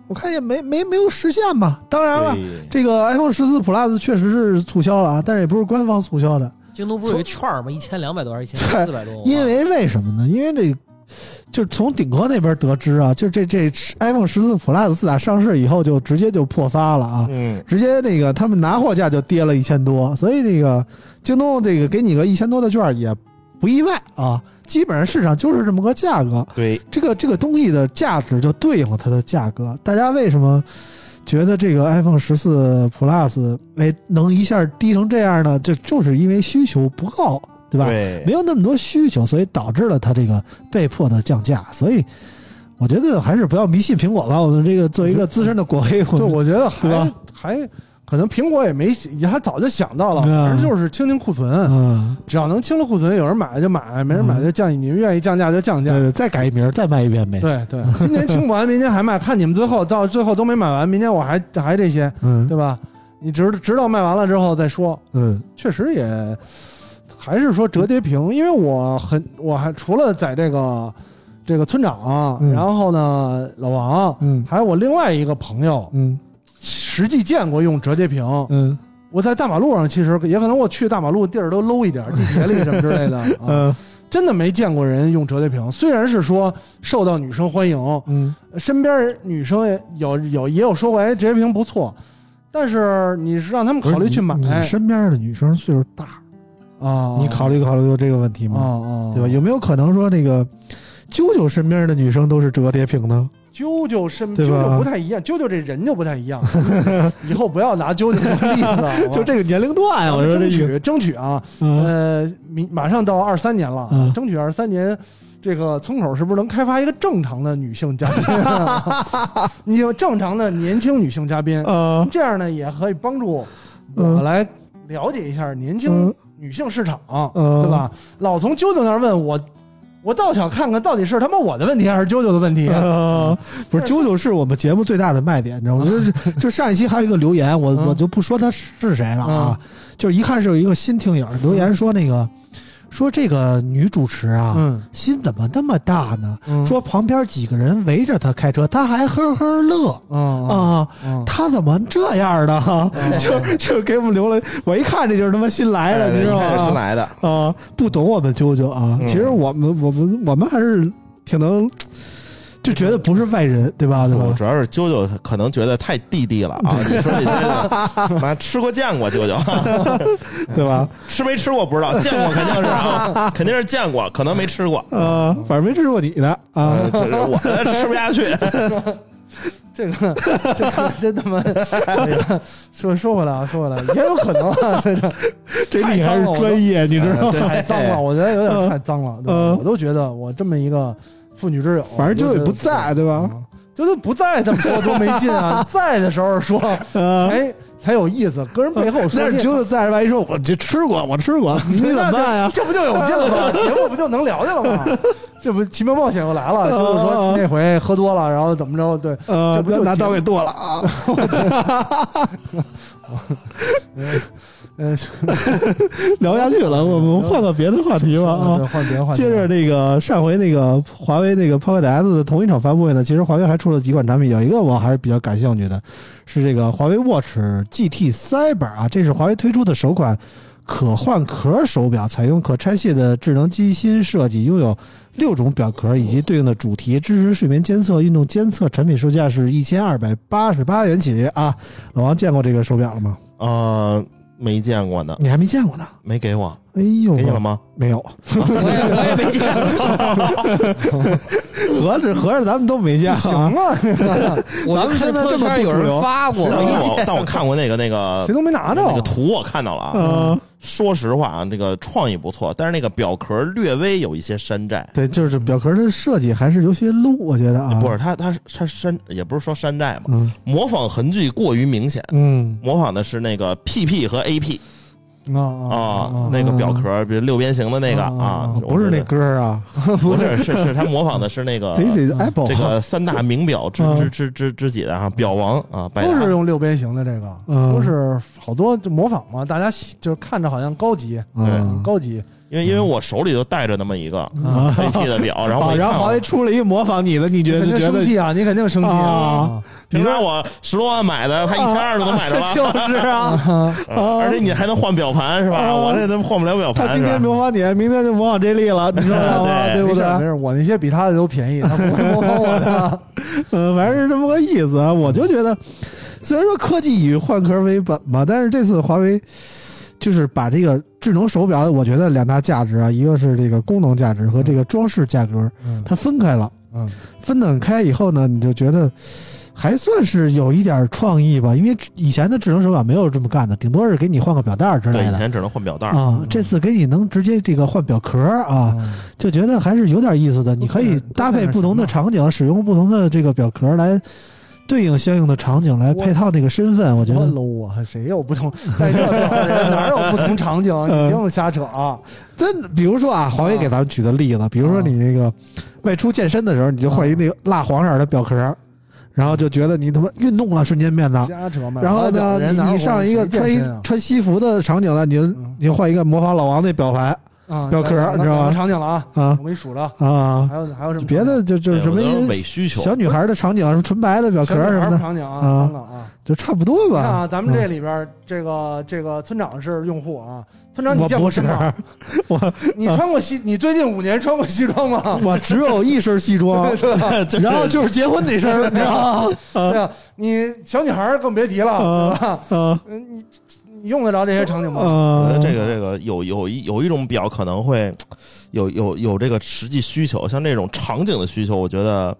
我看也没没没有实现嘛。当然了。对这个 iPhone 十四 Plus 确实是促销了啊，但是也不是官方促销的，京东不是有一券儿吗？一千两百多还是一千四百多？因为为什么呢？因为这就是从顶哥那边得知啊，就这这 iPhone 十四 Plus 自打上市以后就直接就破发了啊，嗯，直接那个他们拿货价就跌了一千多，所以这个京东这个给你个一千多的券儿也不意外啊，基本上市场就是这么个价格，对，这个这个东西的价值就对应了它的价格。大家为什么觉得这个 iPhone 十四 Plus 哎能一下低成这样呢？就就是因为需求不够，对吧？没对，有那么多需求，所以导致了它这个被迫的降价。所以我觉得还是不要迷信苹果吧。我们这个作为一个资深的果黑，就我们我觉得对吧还还可能苹果也没他早就想到了，对啊反正就是清清库存，嗯，只要能清了库存，有人买就买，没人买嗯就降，你们愿意降价就降价对。对，再改一名，再卖一遍呗。对对，今年清不完，明年还卖，看你们最后到最后都没买完，明年我还还这些，嗯对吧？你直直到卖完了之后再说，嗯确实也还是说折叠屏，因为我很我还除了在这个这个村长，啊嗯然后呢老王，嗯还有我另外一个朋友，嗯实际见过用折叠屏。嗯我在大马路上，其实也可能我去大马路地儿都 low 一点，地铁里什么之 类的，啊、嗯真的没见过人用折叠屏。虽然是说受到女生欢迎，嗯身边女生也有有也有说过，哎，折叠屏不错，但是你是让他们考虑去买哎不是你你身边的女生岁数大，啊，你考虑考虑过这个问题啊吗？啊，对吧？有没有可能说那个啾啾身边的女生都是折叠屏呢？啾啾身啾对吧啾不太一样，啾啾这人就不太一样， 以后不要拿啾啾做例子好吧，就这个年龄段呀，我说争这哦个，取争取啊，嗯呃，明马上到二三年了，啊嗯争取二三年，这个村口是不是能开发一个正常的女性嘉宾？啊 你有正常的年轻女性嘉宾，呃这样呢也可以帮助我嗯来了解一下年轻嗯女性市场，嗯对吧？老从啾啾那儿问我，我倒想看看到底是他妈我的问题还是啾啾的问题。啊呃， 不是啾啾是我们节目最大的卖点，你知道吗？就是就上一期还有一个留言，我嗯我就不说他是谁了啊，就是一看是有一个新听友留言说那个说这个女主持啊，嗯，心怎么那么大呢？嗯说旁边几个人围着他开车，他还呵呵乐嗯嗯啊，嗯他怎么这样呢？ 就就给我们留了，我一看这就是他妈嗯哎新来的，你知道是新吗？来的，啊，不懂我们啾啾啊，嗯其实我们我们我们还是挺能就觉得不是外人，对吧？对我吧？主要是啾啾可能觉得太弟弟了啊！你说这些的， 妈吃过见过啾啾， 对吧？吃没吃过不知道，见过肯定 是啊，肯定是见过，可能没吃过。呃，反正没吃过你的啊，嗯，这是我的吃不下去。这个这个真他妈，哎呀，说说回来啊，说回来也有可能啊，这个这太你还脏是了我专业，你知道嗯对吗？ 太脏了，我觉得有点太脏了，对吧嗯我都觉得我这么一个妇女之友，反正我啾啾也都觉得不在，对吧？嗯就是不在这么说多没劲啊，在的时 候说，呃，哎，才有意思，跟人背后说那是你啾啾在，万一说我这吃过，我吃过， 你那怎么这办呀？这不就有劲了吗？节目不就能聊去了吗？这不奇妙冒险又来嗯了，就是嗯说嗯那回喝多了，然后怎么着？对，呃这，不就拿节刀目给剁了 啊！嗯，聊不下去了，我们换个别的话题吧啊对。换别的话题，接着那个上回那个华为那个 Pocket S 的同一场发布会呢，其实华为还出了几款产品，有一个我还是比较感兴趣的，是这个华为 Watch GT Cyber 啊，这是华为推出的首款可换壳手表，采用可拆卸的智能机芯设计，拥有六种表壳以及对应的主题，支持睡眠监测、运动监测，产品售价是一千二百八十八元起啊。老王见过这个手表了吗？呃，没见过呢，你还没见过呢。没给我，哎呦，给你了嗯吗？没有，我也我也没见过，合着合着咱们都没见过啊行。啊，我就看朋友圈有人发过，但没我见。但我看过那个那个 谁都没拿着那个图，我看到了啊。嗯，说实话啊，这个创意不错，但是那个表壳略微有一些山寨。对，就是表壳的设计还是有些 low，我觉得啊，不是，它它它山也不是说山寨嘛，嗯模仿痕迹过于明显。嗯模仿的是那个 PP 和 AP 啊啊，那个表壳，比如六边形的那个啊啊啊啊，我不是觉得那歌儿啊不是，是是，他模仿的是那个，This is Apple，这个三大名表之之之之之几的啊，表王啊，百都是达用六边形的这个，嗯都是好多就模仿嘛，大家喜就是看着好像高级，嗯高级，因为因为我手里就带着那么一个啊 AP 的表，然后啊我哦一看然后华为出了一模仿你的，你觉你得就肯定觉生得气啊，你肯定生气啊啊，平常我十多万买的，他一千二都能买啊着吧？ 就是啊，嗯而且你还能换表盘是吧？啊我这都换不了表他盘今是天吧？模仿你，明天就模仿这例了，你知道吗？对对没不事对？没事，我那些比他的都便宜，他不会 模仿我的，嗯，反正是这么个意思啊。我就觉得，虽然说科技以换壳为本嘛，但是这次华为就是把这个智能手表，我觉得两大价值啊，一个是这个功能价值和这个装饰价格，嗯它分开了。嗯分得很开以后呢，你就觉得还算是有一点创意吧，因为以前的智能手表没有这么干的，顶多是给你换个表带儿之对，类以的。前只能换表带儿。啊，这次给你能直接这个换表壳儿啊，就觉得还是有点意思的。你可以搭配不同的场景，使用不同的这个表壳来对应相应的场景，来配套那个身份。我觉多得 low 啊！谁有不同？在这表的人哪有不同场景？你净瞎扯啊！真的，比如说啊，华为给咱们举的例子，比如说你那个外出健身的时候，你就换一那个蜡黄色的表壳儿，然后就觉得你他妈运动了，瞬间变得啊瞎扯嘛！然后啊啊呢，你你上一个穿一穿西服的场景呢，你就嗯你就换一个模仿老王那表盘，啊，标壳两个你知道吗两个场景了啊，啊我给你数着，啊，还有还有什么别的就就是什么哎我一都伪需求 小女孩的场景，什么纯白的表壳场景什么小的，女孩场景啊，啊等等啊。就差不多你 看吧。啊，咱们这里边儿这个这个村长是用户啊，村长你我见不过是村长？你穿过西？你最近五年穿过西装吗？我只有一身西 装，然后就是结婚那身儿，你知道吗？啊对啊，你小女孩儿更别提了，啊对吧？啊嗯，你你用得着这些场景吗？我啊！觉得这个这个有有一有一种表可能会有有有这个实际需求，像这种场景的需求，我觉得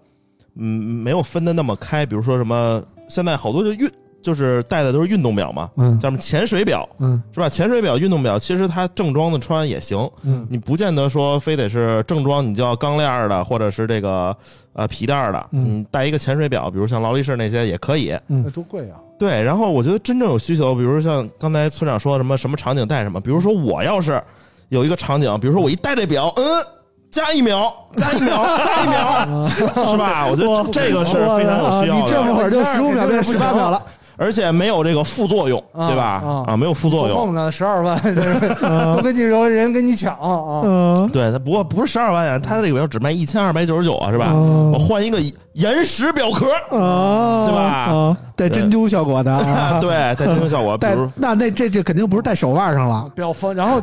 嗯没有分的那么开。比如说什么，现在好多就运就是戴的都是运动表嘛，嗯叫什么潜水表嗯是吧？潜水表、运动表，其实它正装的穿也行，嗯你不见得说非得是正装，你就要钢链儿的或者是这个呃皮带儿的，嗯你戴一个潜水表，比如像劳力士那些也可以。那多贵啊！对，然后我觉得真正有需求，比如像刚才村长说的什么什么场景带什么，比如说我要是有一个场景，比如说我一戴这表，嗯，加一秒，加一秒，加一秒，是吧？我觉得这这个是非常有啊需要你这的，么会儿就十五秒变十八秒了，而且没有这个副作用，啊对吧啊？啊，没有副作做用。梦呢，十二万，都跟你说人跟你抢啊！嗯 对，它不过不是十二万呀，它这个表只卖一千二百九十九啊，是吧？哦我换一个岩石表壳，哦啊，对吧啊，带针灸效果的哦啊， 对，带真正效果，比戴如那那这这肯定不是戴手腕上了，表方，然后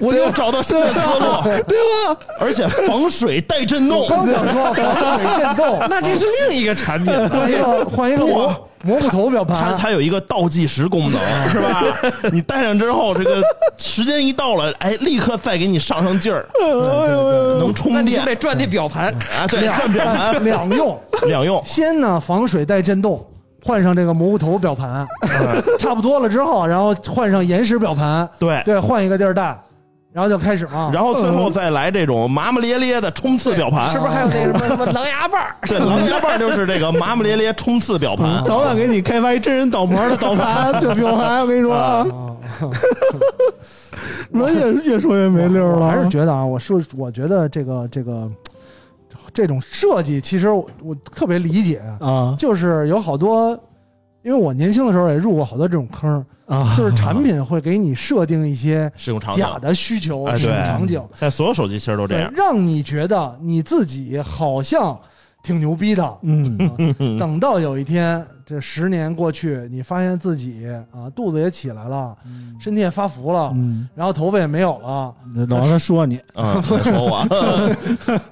我又找到新的思路，对吧？而且防水带震动，刚想说防水震动，那这是另一个产品了。换一个换一个蘑蘑菇头表它盘，它有一个倒计时功能，是吧？你戴上之后，这个时间一到了，哎，立刻再给你上上劲儿，能那充你就电得转那表盘，啊！对，转表盘两用，两用，先呢防水带震动，换上这个蘑菇头表盘，差不多了之后，然后换上岩石表盘，嗯对。对，换一个地儿戴，然后就开始嘛。然后最后再来这种麻麻咧咧的冲刺表盘，是不是还有那什么什么狼牙棒儿？对，狼牙棒就是这个麻麻咧咧冲刺表盘，早晚给你开发一真人导模的导盘，这表盘，我跟你说 啊，我也越说越没溜儿我了，还是觉得啊，我是我觉得这个这个这种设计，其实我我特别理解，啊就是有好多，因为我年轻的时候也入过好多这种坑，啊，就是产品会给你设定一些使用场景。假的需求、哎，使对用场景，现在所有手机其实都这对啊样，。让你觉得你自己好像挺牛逼的。嗯啊等到有一天，这十年过去，你发现自己啊肚子也起来了，身体也发福了，嗯，然后头发也没有 了，老让他说你，嗯，别说 我，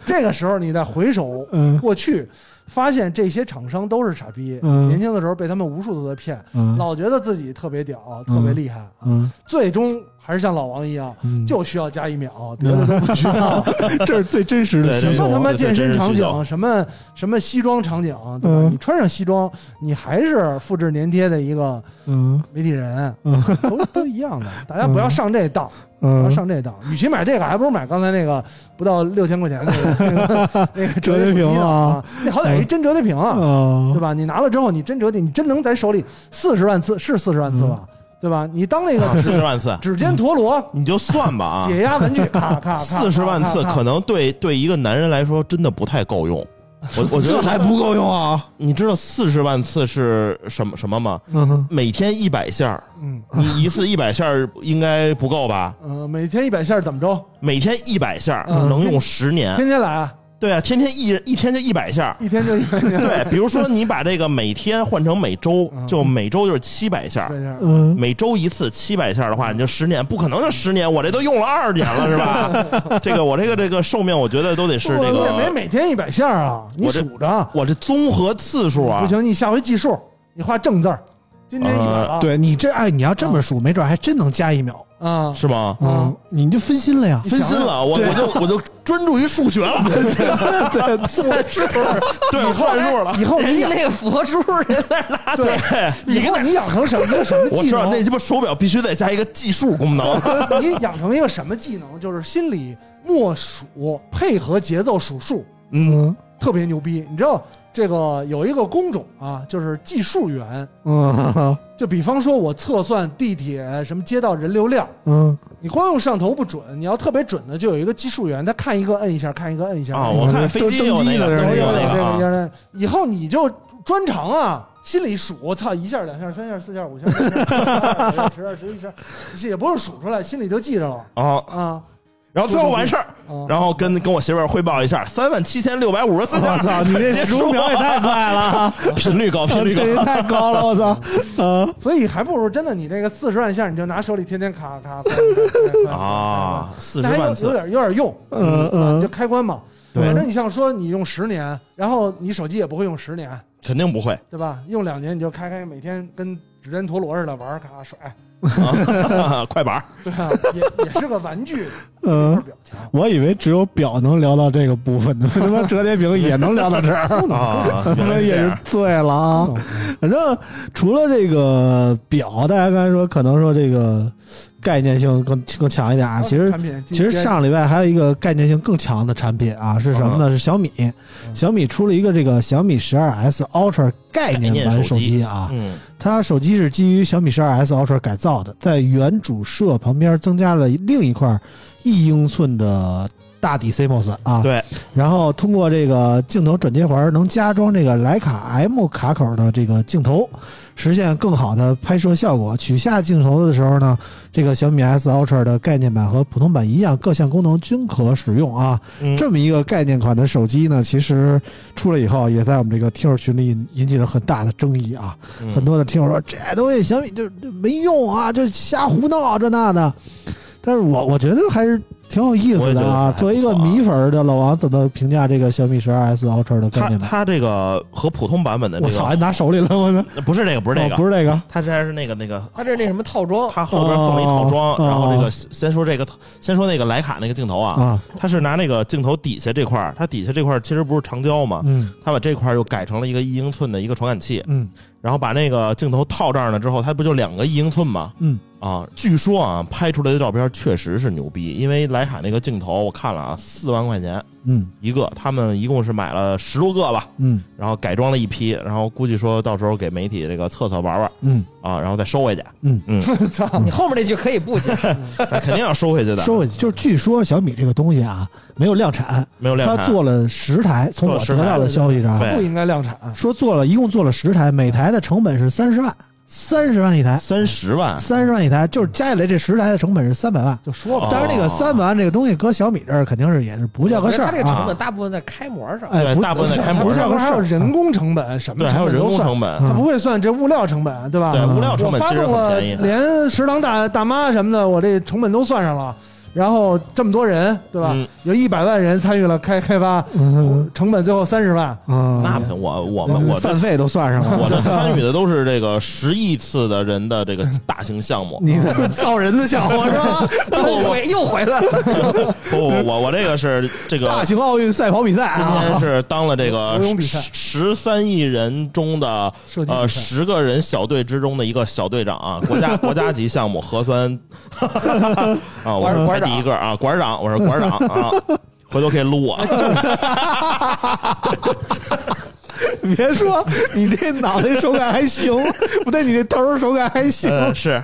这个时候你再回首嗯过去，发现这些厂商都是傻逼。嗯年轻的时候被他们无数次的骗，嗯老觉得自己特别屌、特别厉害啊，嗯最终还是像老王一样，嗯，就需要加一秒，别的都不需要。啊 这是最真实的对需什求么这他妈这健身场真是需要景，什么什么西装场景，对吧？嗯你穿上西装，你还是复制粘贴的一个嗯媒体人，嗯 都都一样的。大家不要上这当，不要嗯，上这当。与其买这个，还不如买刚才那个不到六千块钱的那个 那个折叠叠屏手机呢啊啊，那好歹是一真折叠屏啊，啊对，吧？你拿了之后，你真折叠，你真能在手里四十万次是四十万次嗯吧？对吧？你当那个啊四十万次，指尖陀螺 你就算吧 啊，解压 玩具，咔咔咔，嗯四十万次咔咔可能对对一个男人来说真的不太够用。 我我觉这得还不够用啊，你知道四十万次是什么什么吗？嗯每天一百下儿，嗯 你一次一百下儿应该不够吧？呃，每天一百下怎么着？每天一百下儿嗯能用十年，天天 来啊，对啊，天天一一天就一百 下儿。一天就一百下，对，比如说你把这个每天换成每周，嗯就每周就是七百下儿，这样嗯每周一次七百下儿的话，你就十年，不可能就十年，我这都用了二十年了，是吧？这个我这个这个寿命，我觉得都得是这我也没个，每天一百下啊，你我这数着我这综合次数啊不，行，你下回记数，你画正字儿，今天一百呃了，对你这哎，你要这么数，没准还真能加一秒。啊，是吗？嗯，你就分心了呀，分心了，我我就我就专注于数学了，算数，对，我算数了。以后人你家养，那个佛珠人在那拿对，以后你养成什么一个什么我技知道那能？鸡巴手表必须得加一个计数功能，啊你养成一个什么技能？就是心里默数，配合节奏数数，嗯，特别牛逼。你知道这个有一个工种啊，就是计数员。嗯就比方说，我测算地铁什么街道人流量，嗯你光用上头不准，你要特别准的，就有一个计数员，他看一个摁一下，看一个摁一下。啊，摁一下我看飞机有那个，啊登机飞的机有那那这个个啊，人以后你就专长啊，心里数，我操，一下、两下、三下、四下、五下、六下、八下九下十下、十一下，也不用数出来，心里就记着了啊，啊然后最后完事儿，啊！然后跟跟我媳妇儿汇报一下，三万七千六百五十四我下，操，你这十五秒也太快了啊！ 频率高，频 率这也高。太高了，我操！啊，所以还不如真的你这个四十万下，你就拿手里天天咔咔拍拍拍拍啊，四那十还万有有次，点有点用，嗯啊你就嗯，开关嘛。对反正你像说你用十年，然后你手机也不会用十年，肯 定不会。对吧？用两年你就开开，每天跟指针陀螺似的玩，咔甩，啊快板儿，对啊，也也是个玩具，嗯一块表情。我以为只有表能聊到这个部分呢， 他妈折叠屏也能聊到这儿。啊，他原妈来是也这是样醉了啊！反正除了这个表，大家刚才说可能说这个概念性更更强一点哦啊。其实产品其实上礼拜还有一个概念性更强的产品啊，是什么嗯呢？是小米，小米出了一个这个小米十二 S Ultra 概念版手机啊，嗯，它手机是基于小米十二 S Ultra 改造的，在原主摄旁边增加了另一块一英寸的大底 CMOS 啊，对，然后通过这个镜头转接环能加装这个徕卡 M 卡口的这个镜头，实现更好的拍摄效果。取下镜头的时候呢，这个小米 S Ultra 的概念版和普通版一样，各项功能均可使用啊。嗯这么一个概念款的手机呢，其实出来以后，也在我们这个听友群里引引起了很大的争议啊。嗯很多的听友说这东西小米就就没用啊，就瞎胡闹啊这那的。但是我我觉得还是挺有意思的啊。我也觉得还不错啊作为一个米粉儿的老王，怎么评价这个小米十二 S Ultra 的概它念版？它这个和普通版本的这我操，还个拿手里了，我呢？不是这个，不是这哦不个，是这个，它这还是那个那个，它这是那什么套装，它后边送了一套装，哦然后这个先说这个，先说那个徕卡那个镜头啊，啊，它是拿那个镜头底下这块儿，它底下这块儿其实不是长焦嘛，嗯它把这块儿又改成了一个一英寸的一个传感器，嗯然后把那个镜头套这儿了之后，它不就两个一英寸吗？嗯，啊，据说啊，拍出来的照片确实是牛逼，因为徕卡那个镜头我看了啊，四万块钱嗯一个，他们一共是买了十多个吧，嗯然后改装了一批，然后估计说到时候给媒体这个测测玩玩嗯，啊，然后再收回去，嗯嗯，操，你后面那句可以不讲，那肯定要收回去 的，说回去就是，据说小米这个东西啊，没有量产，没有量它产，做了十台，从我做得了10台到的消息上对 不应该量产。说做了一共做了十台，每台的成本是三十万，三十万一台，三十万，三十万一台，就是加起来这十台的成本是三百万。就说吧，当然，这个哦三百万这个东西搁小米这儿肯定是也是不叫个事它这儿个成啊。本大部分在开模上，哎，对不大部分在开模不不是是叫个事还有儿，人工成本什么？对，还有人工成本，本，啊他不会算这物料成本，对吧？对，物料成我本发其实动很了便宜，连食堂大大妈什么的，我这成本都算上了。然后这么多人，对吧？嗯有一百万人参与了开开发，嗯成本最后三十 万。嗯，那不我我们我这饭费都算上了，我这参与的都是这个十亿次的人的这个大型项目， 你他妈造人的笑话是 吧？又回又回来了。不不，我我这个是这个大型奥运赛跑比赛今啊天，是当了这个 游泳比赛十三亿人中的射击比赛呃十个人小队之中的一个小队长啊，国家国家级项目核酸啊，我是排管管长第一个啊，馆长，我是馆长啊，回头可以录我。哎别说你这脑袋手感还行， 不对，你这头手感还行。嗯，啊是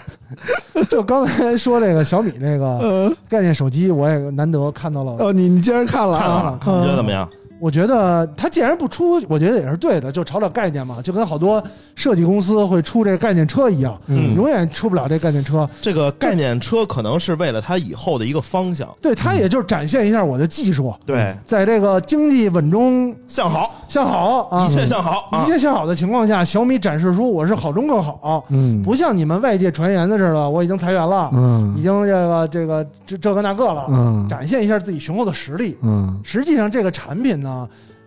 就刚才说这个小米那个概念手机，我也难得看到了。嗯哦，你你竟然看了看啊了，？嗯你觉得怎么样？我觉得它既然不出，我觉得也是对的，就炒炒概念嘛，就跟好多设计公司会出这个概念车一样，嗯永远出不了这概念车。这个概念车可能是为了它以后的一个方向，对，它也就是展现一下我的技术，对，在这个经济稳中向好，向好啊，一切向好一啊，切向好的情况下，小米展示出我是好中更好，嗯不像你们外界传言的似的，我已经裁员了，已嗯经这个这个这这个那个了，嗯展现一下自己雄厚的实力。嗯实际上，这个产品呢，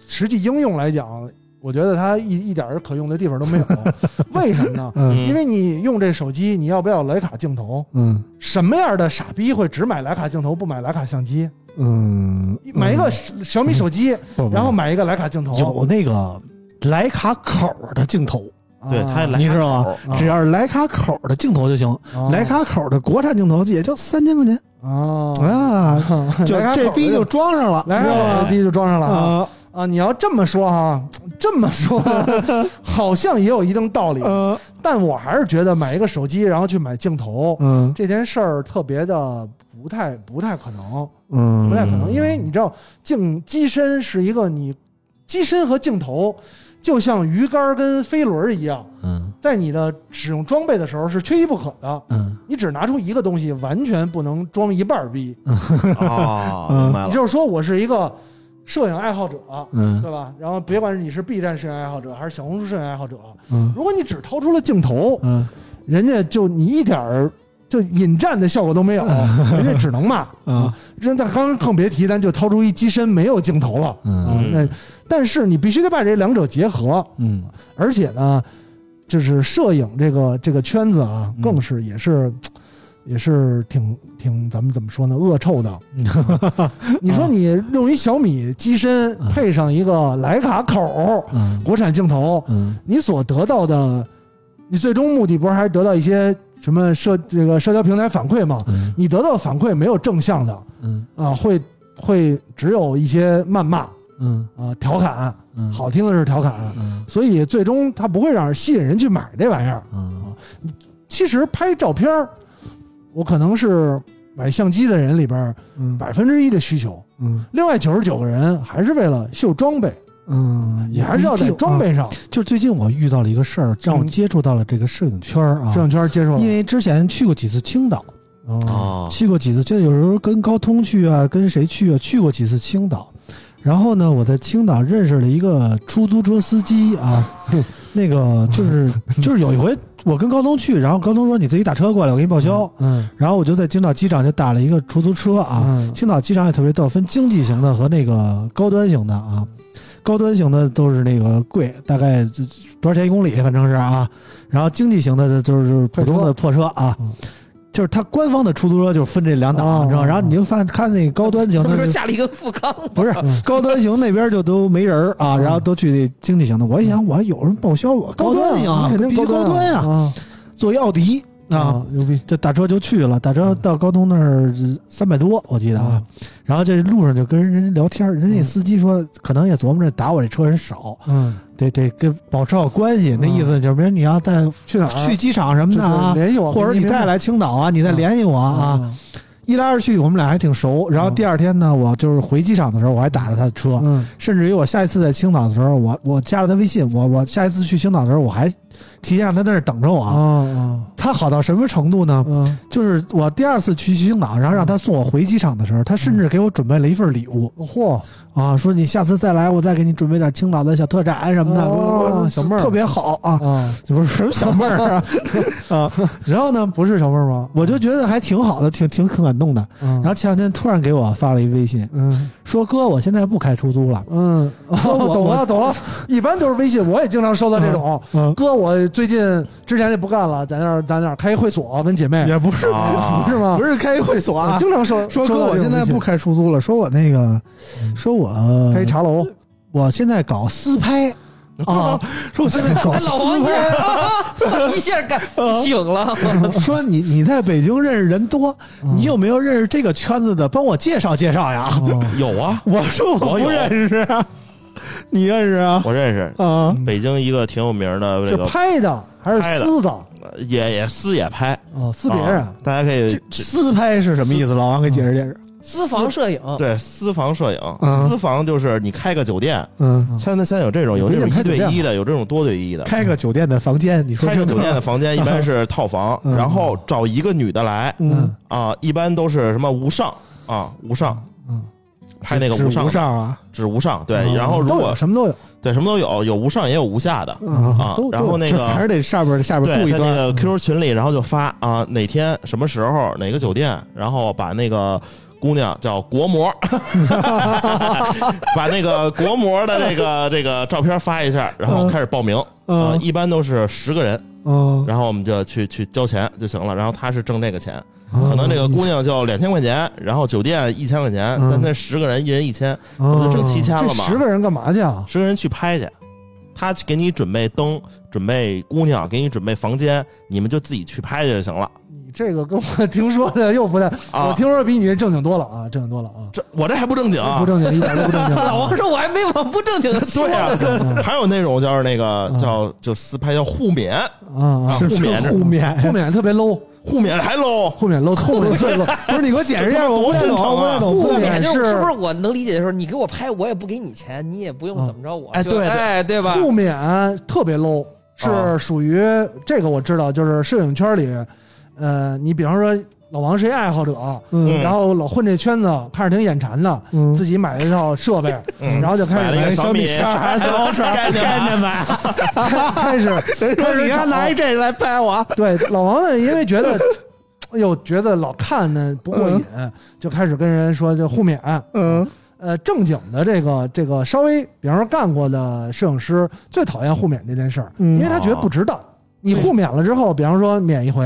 实际应用来讲，我觉得它一一点儿可用的地方都 没有。为什么呢？嗯因为你用这手机，你要不要徕卡镜头？嗯什么样的傻逼会只买徕卡镜头，不买徕卡相机？嗯，买一个小米手机，然后买一个徕卡镜头，有哦那个徕卡口的镜头，啊对，它来你知道吗？啊只要是徕卡口的镜头就行，啊徕卡口的国产镜头也就三千块钱啊，啊，就 徕卡口这逼就装上了，来你知道这吗？逼就装上了啊呃啊啊！你要这么说哈，这么 说好像也有一定道理，呃但我还是觉得买一个手机然后去买镜头嗯这件事儿特别的不太不太可能，嗯不太可能，因为你知道镜机身是一个你机身和镜头就像鱼竿跟飞轮一样，嗯在你的使用装备的时候是缺一不可的。嗯你只拿出一个东西，完全不能装一半儿逼。啊，嗯明白也了，就是说，我是一个摄影爱好者，嗯对吧？然后别管你是 B 站摄影爱好者还是小红书摄影爱好者，嗯如果你只掏出了镜头，嗯人家就你一点儿就引战的效果都没有，人家只能骂嗯。这那刚更别提，咱就掏出一机身没有镜头了。啊嗯，那但是你必须得把这两者结合，嗯而且呢，就是摄影这个这个圈子啊，嗯更是也是也是挺挺咱们怎么说呢，恶 臭的。你说你用一小米机身啊配上一个徕卡口嗯国产镜头，嗯你所得到的，你最终目的不是还是得到一些什么社这个社交平台反馈吗？嗯你得到的反馈没有正向的嗯啊，会会只有一些谩骂嗯啊、调侃，嗯，好听的是调侃，啊嗯所以最终它不会让人吸引人去买这玩意儿。嗯其实拍照片儿，我可能是买相机的人里边嗯百分之一的需求，嗯另外九十九个人还是为了秀装备，嗯，你还是要在装备上就最近我遇到了一个事儿，让我接触到了这个摄影圈儿啊。摄影圈接受了嗯因为之前去过几次青岛，哦啊，去过几次，就有时候跟高通去啊，跟谁去啊，去过几次青岛。然后呢，我在青岛认识了一个出租车司机啊，那个就是就是有一回我跟高通去，然后高通说你自己打车过来，我给你报销。嗯然后我就在青岛机场就打了一个出租车啊，嗯青岛机场也特别逗，分经济型的和那个高端型的啊。高端型的都是那个贵，大概就多少钱一公里，反正是啊。然后经济型的就是普通的破车啊嗯，就是它官方的出租车就分这两档，哦你知道吗？然后你就发现看那高端型 他们说的就。夏利跟富康，不是高端型那边就都没人儿啊，然后都去那经济型的。我一想，我还有人报销我高端型啊，肯定必须高端呀呀，坐一奥迪啊，啊，牛逼这打车就去了，打车到高通那儿三百多，我记得嗯啊。然后这路上就跟人聊天，人家司机说，可能也琢磨着打我这车人少，嗯，得得跟保持好关系。那意思就是，比如你要带去哪儿去机场什么就的是啊，联系我，或者你再来青岛啊，你再联系我啊。一来二去，我们俩还挺熟。啊然后第二天呢，我就是回机场的时候，我还打了他的车，嗯甚至于我下一次在青岛的时候，我我加了他微信，我我下一次去青岛的时候，我还提前让他在那儿等着我啊啊。啊他好到什么程度呢？嗯就是我第二次去青岛，然后让他送我回机场的时候，他甚至给我准备了一份礼物嚯啊，说你下次再来，我再给你准备点青岛的小特产什么的，哦我我小妹儿特别好啊，啊，这 不是什么小妹儿 啊啊，然后呢，不是小妹儿吗？嗯我就觉得还挺好的，挺挺挺感动的。然然后前两天突然给我发了一微信，嗯说哥，我现在不开出 租了，嗯，说 我懂了懂了，一般都是微信，我也经常收到这种。嗯，哥，我最近之前就不干了，在那儿在那儿开一会所，跟姐妹也不是啊是吗？不是开会所我啊，经常收说收哥，到我这现种在微信不开出租了，说我那个，说我开茶楼，我现在搞私拍啊，说我现在搞哎，私老王一拍，下一下干醒了，说你你在北京认识人多，你有没有认识这个圈子的？帮我介绍介绍呀！有啊，我说我我不有认识，啊你认识啊？我认识啊，北京一个挺有名的这是个拍的还是撕的？也也私也拍，哦啊，撕别人啊，大家可以只私拍是什么意思？老王给解释解释。嗯私房摄影，对私房摄影，嗯私房就是你开个酒店，嗯，现在现在有这种有这种一对一的，有这种多对一的。开个酒店的房间，你说开这个酒店的房间一般是套房，嗯然后找一个女的来嗯，啊，一般都是什么无上啊，无上，嗯，拍那个指无上不的，上啊，指无上，对嗯，然后如都果有什么都有嗯对什么都有，有无上也有无下的啊，啊都，然后那这还是个。得上边下边对雇一在段。那个 QQ 群里，然后就发啊，哪天什么时候哪个酒店，然后把那个姑娘叫国模， 把那个国模的那个这个照片发一下，然后开始报名啊，嗯一般都是十个人，嗯，然后我们就去去交钱就行了，然后他是挣这个钱，可可能这个姑娘就两千块钱，然后酒店一千块钱，嗯但那十个人一人一千，哦不就挣七千嗯这了吗？十个人干嘛去啊？十个人去拍去，他给你准备灯，准备姑娘，给你准备房间，你们就自己去拍去就行了。你这个跟我听说的又不太，啊我听说比你这正经多了啊，正经多了啊，这我这还不正经啊不！正经一点都 不正经。老王说我还没往不正经的说对呢。啊， 嗯还有那种就是那个叫就私拍叫互免，啊，互免这互免后面特别 low，互免还 low，后面 low，后 面最 low。不是你给我解释一下，我多不太正懂，常我也啊！懂。不后面免就是是不是我能理解的时候，你给我拍，我也不给你钱，你也不嗯用怎么着我。哎就对对哎，对吧？互免特别 low，啊是属于这个我知道，就是摄影圈里，呃，你比方说老王是一爱好者，嗯然后老混这圈子，看着挺眼馋的，嗯自己买了一套设备，嗯然后就开买始了一个小米十二 S Ultra，概念概版念版，开始开始你找看拿一这来拍我，对老王呢，因为觉得。哎呦，觉得老看呢不过瘾，就开始跟人说就互免，嗯，呃，正经的这个这个稍微，比方说干过的摄影师最讨厌互免这件事儿，嗯因为他觉得不值当。你互免了之后，比方说免一回，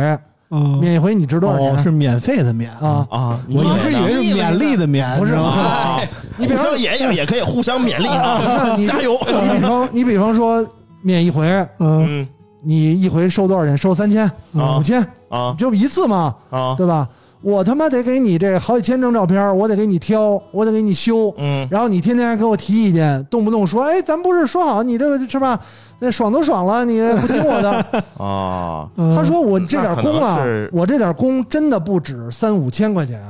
嗯免一回你值多少钱？哦，是免费的免啊，啊！我一直以为是勉励的勉，不是你知道吗啊，你比互方相也也也可以互相勉励啊，你加油！你比方你比方说免一回，嗯，嗯你一回收多少钱？收三千、啊哦五千，啊就一次嘛，啊对吧？我他妈得给你这好几千张照片，我得给你挑，我得给你修，嗯然后你天天还给我提意见，动不动说，哎，咱不是说好你这个是吧？那爽都爽了，你这不听 我的。啊他说我这点工那啊可能是，我这点工真的不止三五千块钱，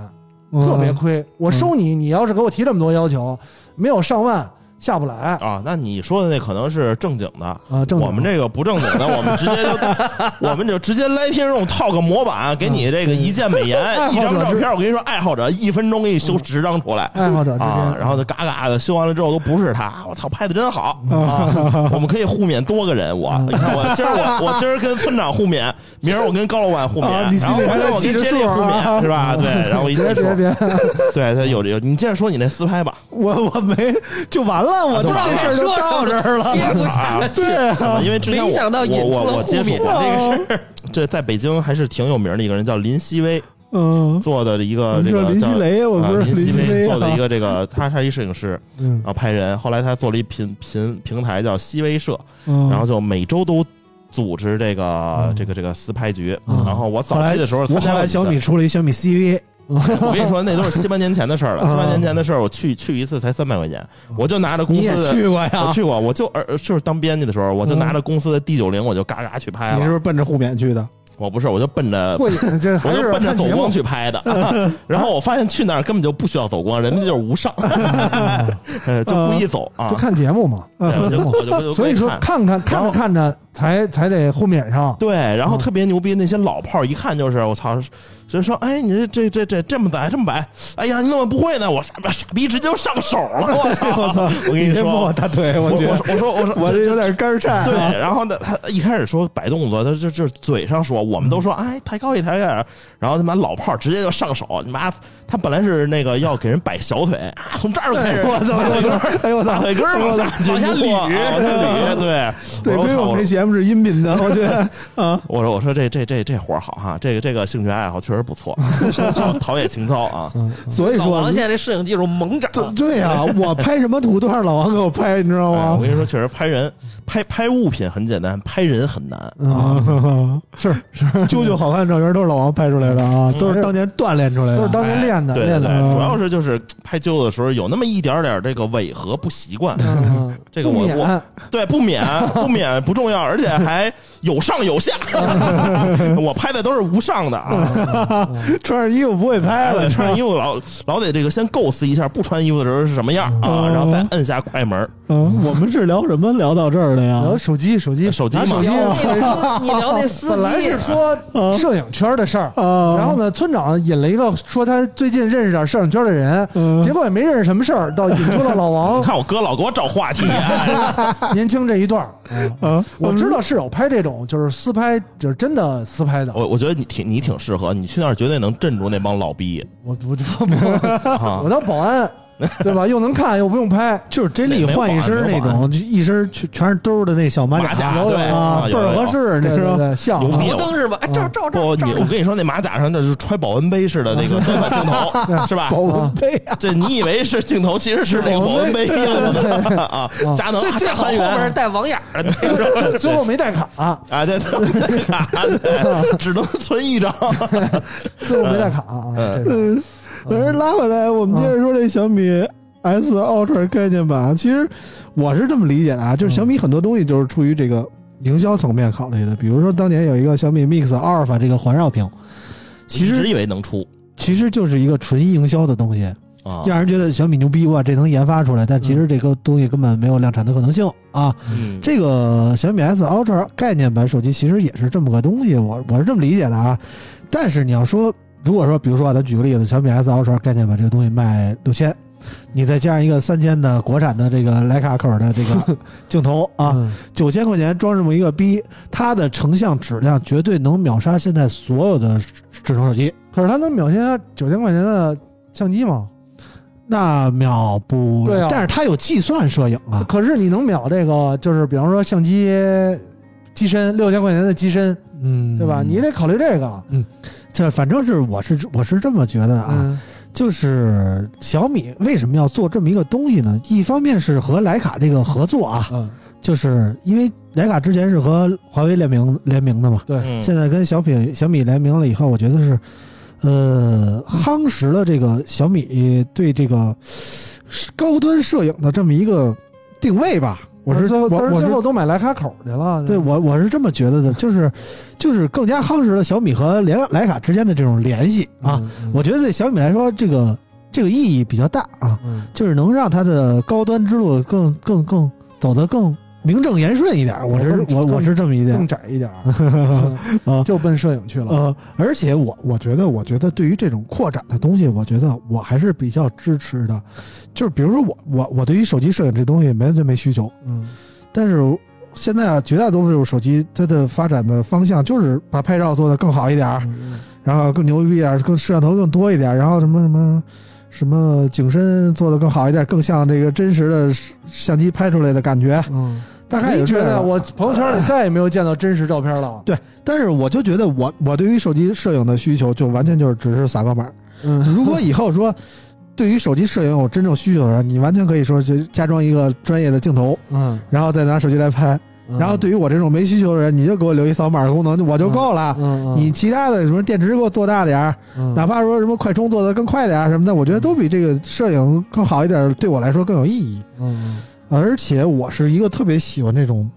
嗯特别亏。我收你，你要是给我提这么多要求，没有上万下不来啊！那你说的那可能是正经的。啊。正我们这个不正经的，我们直 接就，我们就直接来天用套个模板，给你这个一键美嗯颜，一张照片，我跟你说，爱好者一分钟给你修十张出来爱好者之间，啊，然后就嘎嘎的修完了之后都不是他，我操，拍的真好嗯 啊！我们可以互免多个人，我你看我今儿我我今儿跟村长互免，明儿我跟高老板互免，啊然你后心里我还跟在我记跟着接力数啊互 免是吧？对，然后我一别接别 别，对他有这有，你接着说你那私 拍吧，我我没就完了，我啊就完这了事儿就到这儿了。接 不下去。对啊，因为之前我没想到引我我出了我接互触免过 这个事儿。 这在北京还是挺有名的一个人，叫林希微嗯，做的一个我这知道个林希叫雷，我啊不是林林希薇雷做的一啊，个这个，他是一摄影师，嗯然后拍人。后来他做了一频频平台叫西微社，嗯然后就每周都组织这个这个这个私拍局。嗯然 后我早期的时候我参加后过来一次，小米出了一小米 CV， 我跟你说那都是七八年前的事嗯儿了，七八年前的事儿，我去去一次才三百块钱，我就拿着公你司也的。去过呀啊我？去过，我就呃就是当编辑的时候，嗯我就拿着公司的 D 九零，我就嘎嘎去拍你是不了。是奔着互免去的？我不是，我就奔着 过瘾，这我还就是奔着看走节目光去拍的， 然后我发现去那儿根本就不需要走光，人家就是无上，呃就故意走啊呃就，看节目嘛。 对我就我就我就所以说看看看看然后啊着看着才才得互免上，对，然嗯后特别牛逼，那些老炮儿一看就是我操，就说哎你这这这这这么摆这么摆，哎呀你怎么不会呢？我傻傻逼直接就上手了，我 操我操！我跟你你别摸说我，大腿，我我觉我得我说我说我这有点肝儿颤对啊。，然后呢，他一开始说摆动作，他就就嘴上说，我们都说哎抬高一抬高一，然后他妈老炮儿直接就上手，你妈他本来是那个要给人摆小腿，啊、从这儿就开始，我操！我操！哎呦我大操！啊腿根儿往下往下捋往下捋，对，对，因我为说我我们这操，节目是音频的，我觉 得嗯我说我说这这这这活儿好哈，这个这个兴趣爱好确实不错，陶陶冶情操啊，所以老说王现在这摄影技术猛涨，对对呀，我拍什么图都让老王给我拍，你知道哎我吗？跟你说，确实拍人拍拍物品很简单，拍人很难啊，啊，是是，啾啾好看照片都是老王拍出来的啊，都是当年锻炼出来都是的。当年练的对练对的。对，主要是就是嗯拍揪的时候有那么一点点这个违和不习惯，嗯， 这个互我免我对不 免不免不重要，而且还有上有下， 我拍的都是无上的啊，穿上衣服不会拍哎了，我是吧穿衣服老老得这个先构思一下不穿衣服的时候是什么样哦啊，嗯然后再摁下快门，嗯，我们是聊什么聊到这儿的呀然？后手机手机啊呃手机拿嘛手机聊啊，那个你聊那司本来机是，说啊摄影圈的事儿，啊，然后呢，村长引了一个说他最近认识点摄影圈的人，嗯结果也没认识什么事儿，到引出了老你 王看我哥老给我找话 题，哎年轻这一段儿。嗯嗯啊，我们知道是有拍这种，就是私拍，就是真的私拍的。我我觉得你挺你挺适合，你去那儿绝对能镇住那帮老逼 我我我啊 我，当保安对吧？又能看又不用拍，就是真力换一身那没有保种，就一身全全是兜儿的那小马马甲有对啊，啊有倍儿有合适，你对知对道吗？对，像有啊必头灯是吧？哎，嗯照照不，照你照，我跟你说，那马甲上那是揣保温杯似的 那个对吧镜头，是吧？对呀， 这你以为是镜头，其实是那个保温杯印子啊！佳能最啊最大好后三边 元带网眼哎儿的， 最后没带卡， 啊，对对，卡对只能存一张。最后没带卡嗯啊，这个嗯反正拉回来，啊我们接着说这小米 S Ultra 概念版。啊其实我是这么理解的啊，就是嗯小米很多东西就是出于这个营销层面考虑的，比如说当年有一个小米 Mix Alpha 这个环绕屏，其一实直以为能出其实就是一个纯营销的东西，啊，让人觉得小米牛逼哇，这能研发出来，但其实这个东西根本没有量产的可能性啊。嗯这个小米 S Ultra 概念版手机其实也是这么个东西，我我是这么理解的啊。但是你要说，如果说，比如说啊，咱举个例子，小米 S Ultra 概念版这个东西卖六千，你再加上一个三千的国产的这个徕卡口的这 个镜头啊，嗯九千块钱装这么一个逼，它的成像质量绝对能秒杀现在所有的智能手机，可是它能秒杀九千块钱的相机吗？那秒不了对啊但是它有计算摄影啊，可是你能秒这个，就是比方说相机机身六千块钱的机身，嗯，啊对吧？你得考虑这个。这反正是我是我是这么觉得的啊，嗯就是小米为什么要做这么一个东西呢？一方面是和徕卡这个合作啊，嗯，就是因为徕卡之前是和华为联名联名的嘛，嗯现在跟小品小米联名了以后，我觉得是，呃，夯实了这个小米对这个高端摄影的这么一个定位吧。我是最我后，但是我最是后都买徕卡口去了。对我我是这么觉得的，就是就是更加夯实了小米和联徕卡之间的这种联系啊。嗯，嗯我觉得对小米来说，这个这个意义比较大啊，嗯就是能让它的高端之路更更更走得更名正言顺一点。我是更我我是这么理解更窄一点 儿，啊嗯就奔摄影去了。呃，而且我我觉得，我觉得对于这种扩展的东西，我觉得我还是比较支持的。就是比如说我我我对于手机摄影这东西完全没需求，嗯，但是现在啊，绝大多数手机它的发展的方向就是把拍照做得更好一点儿，嗯然后更牛逼一点儿，更摄像头更多一点儿，然后什么什么什么景深做得更好一点儿，更像这个真实的相机拍出来的感觉，嗯， 大概你也是觉这样啊得我朋友圈里再也没有见到真实照片了。但是我就觉得我我对于手机摄影的需求就完全就是只是撒个 码儿。嗯，如果以后说对于手机摄影有真正需求的人，你完全可以说就加装一个专业的镜头，嗯，然后再拿手机来拍。嗯然后对于我这种没需求的人，你就给我留一扫码功能，我就够了。嗯嗯你其他的什么电池给我做大点儿，嗯哪怕说什么快充做的更快点儿什么的，我觉得都比这个摄影更好一点儿，对我来说更有意义。嗯而且我是一个特别喜欢这种，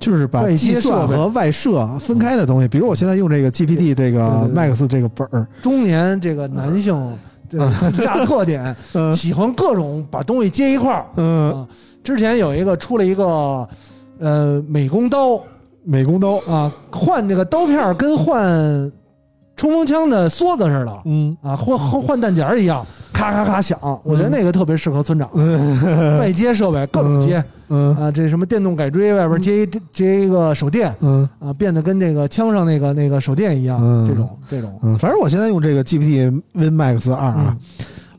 就是把外接计算设备和外设分开的东西。比如我现在用这个 GPT 这个对对对 Max 这个本儿，中年这个 男性这一大特点，嗯喜欢各种把东西接一块儿。嗯，啊，之前有一个出了一个呃美工刀美工刀，啊，换这个刀片儿跟换冲锋枪的梭子似的嗯，啊，换换换弹夹儿一样，咔咔咔响。我觉得那个特别适合村长，外接设备各种接嗯啊，这什么电动改锥外边接一接一个手电嗯啊，变得跟这个枪上那个那个手电一样，嗯这种这种。嗯，反正我现在用这个 GPT Win Max 二啊，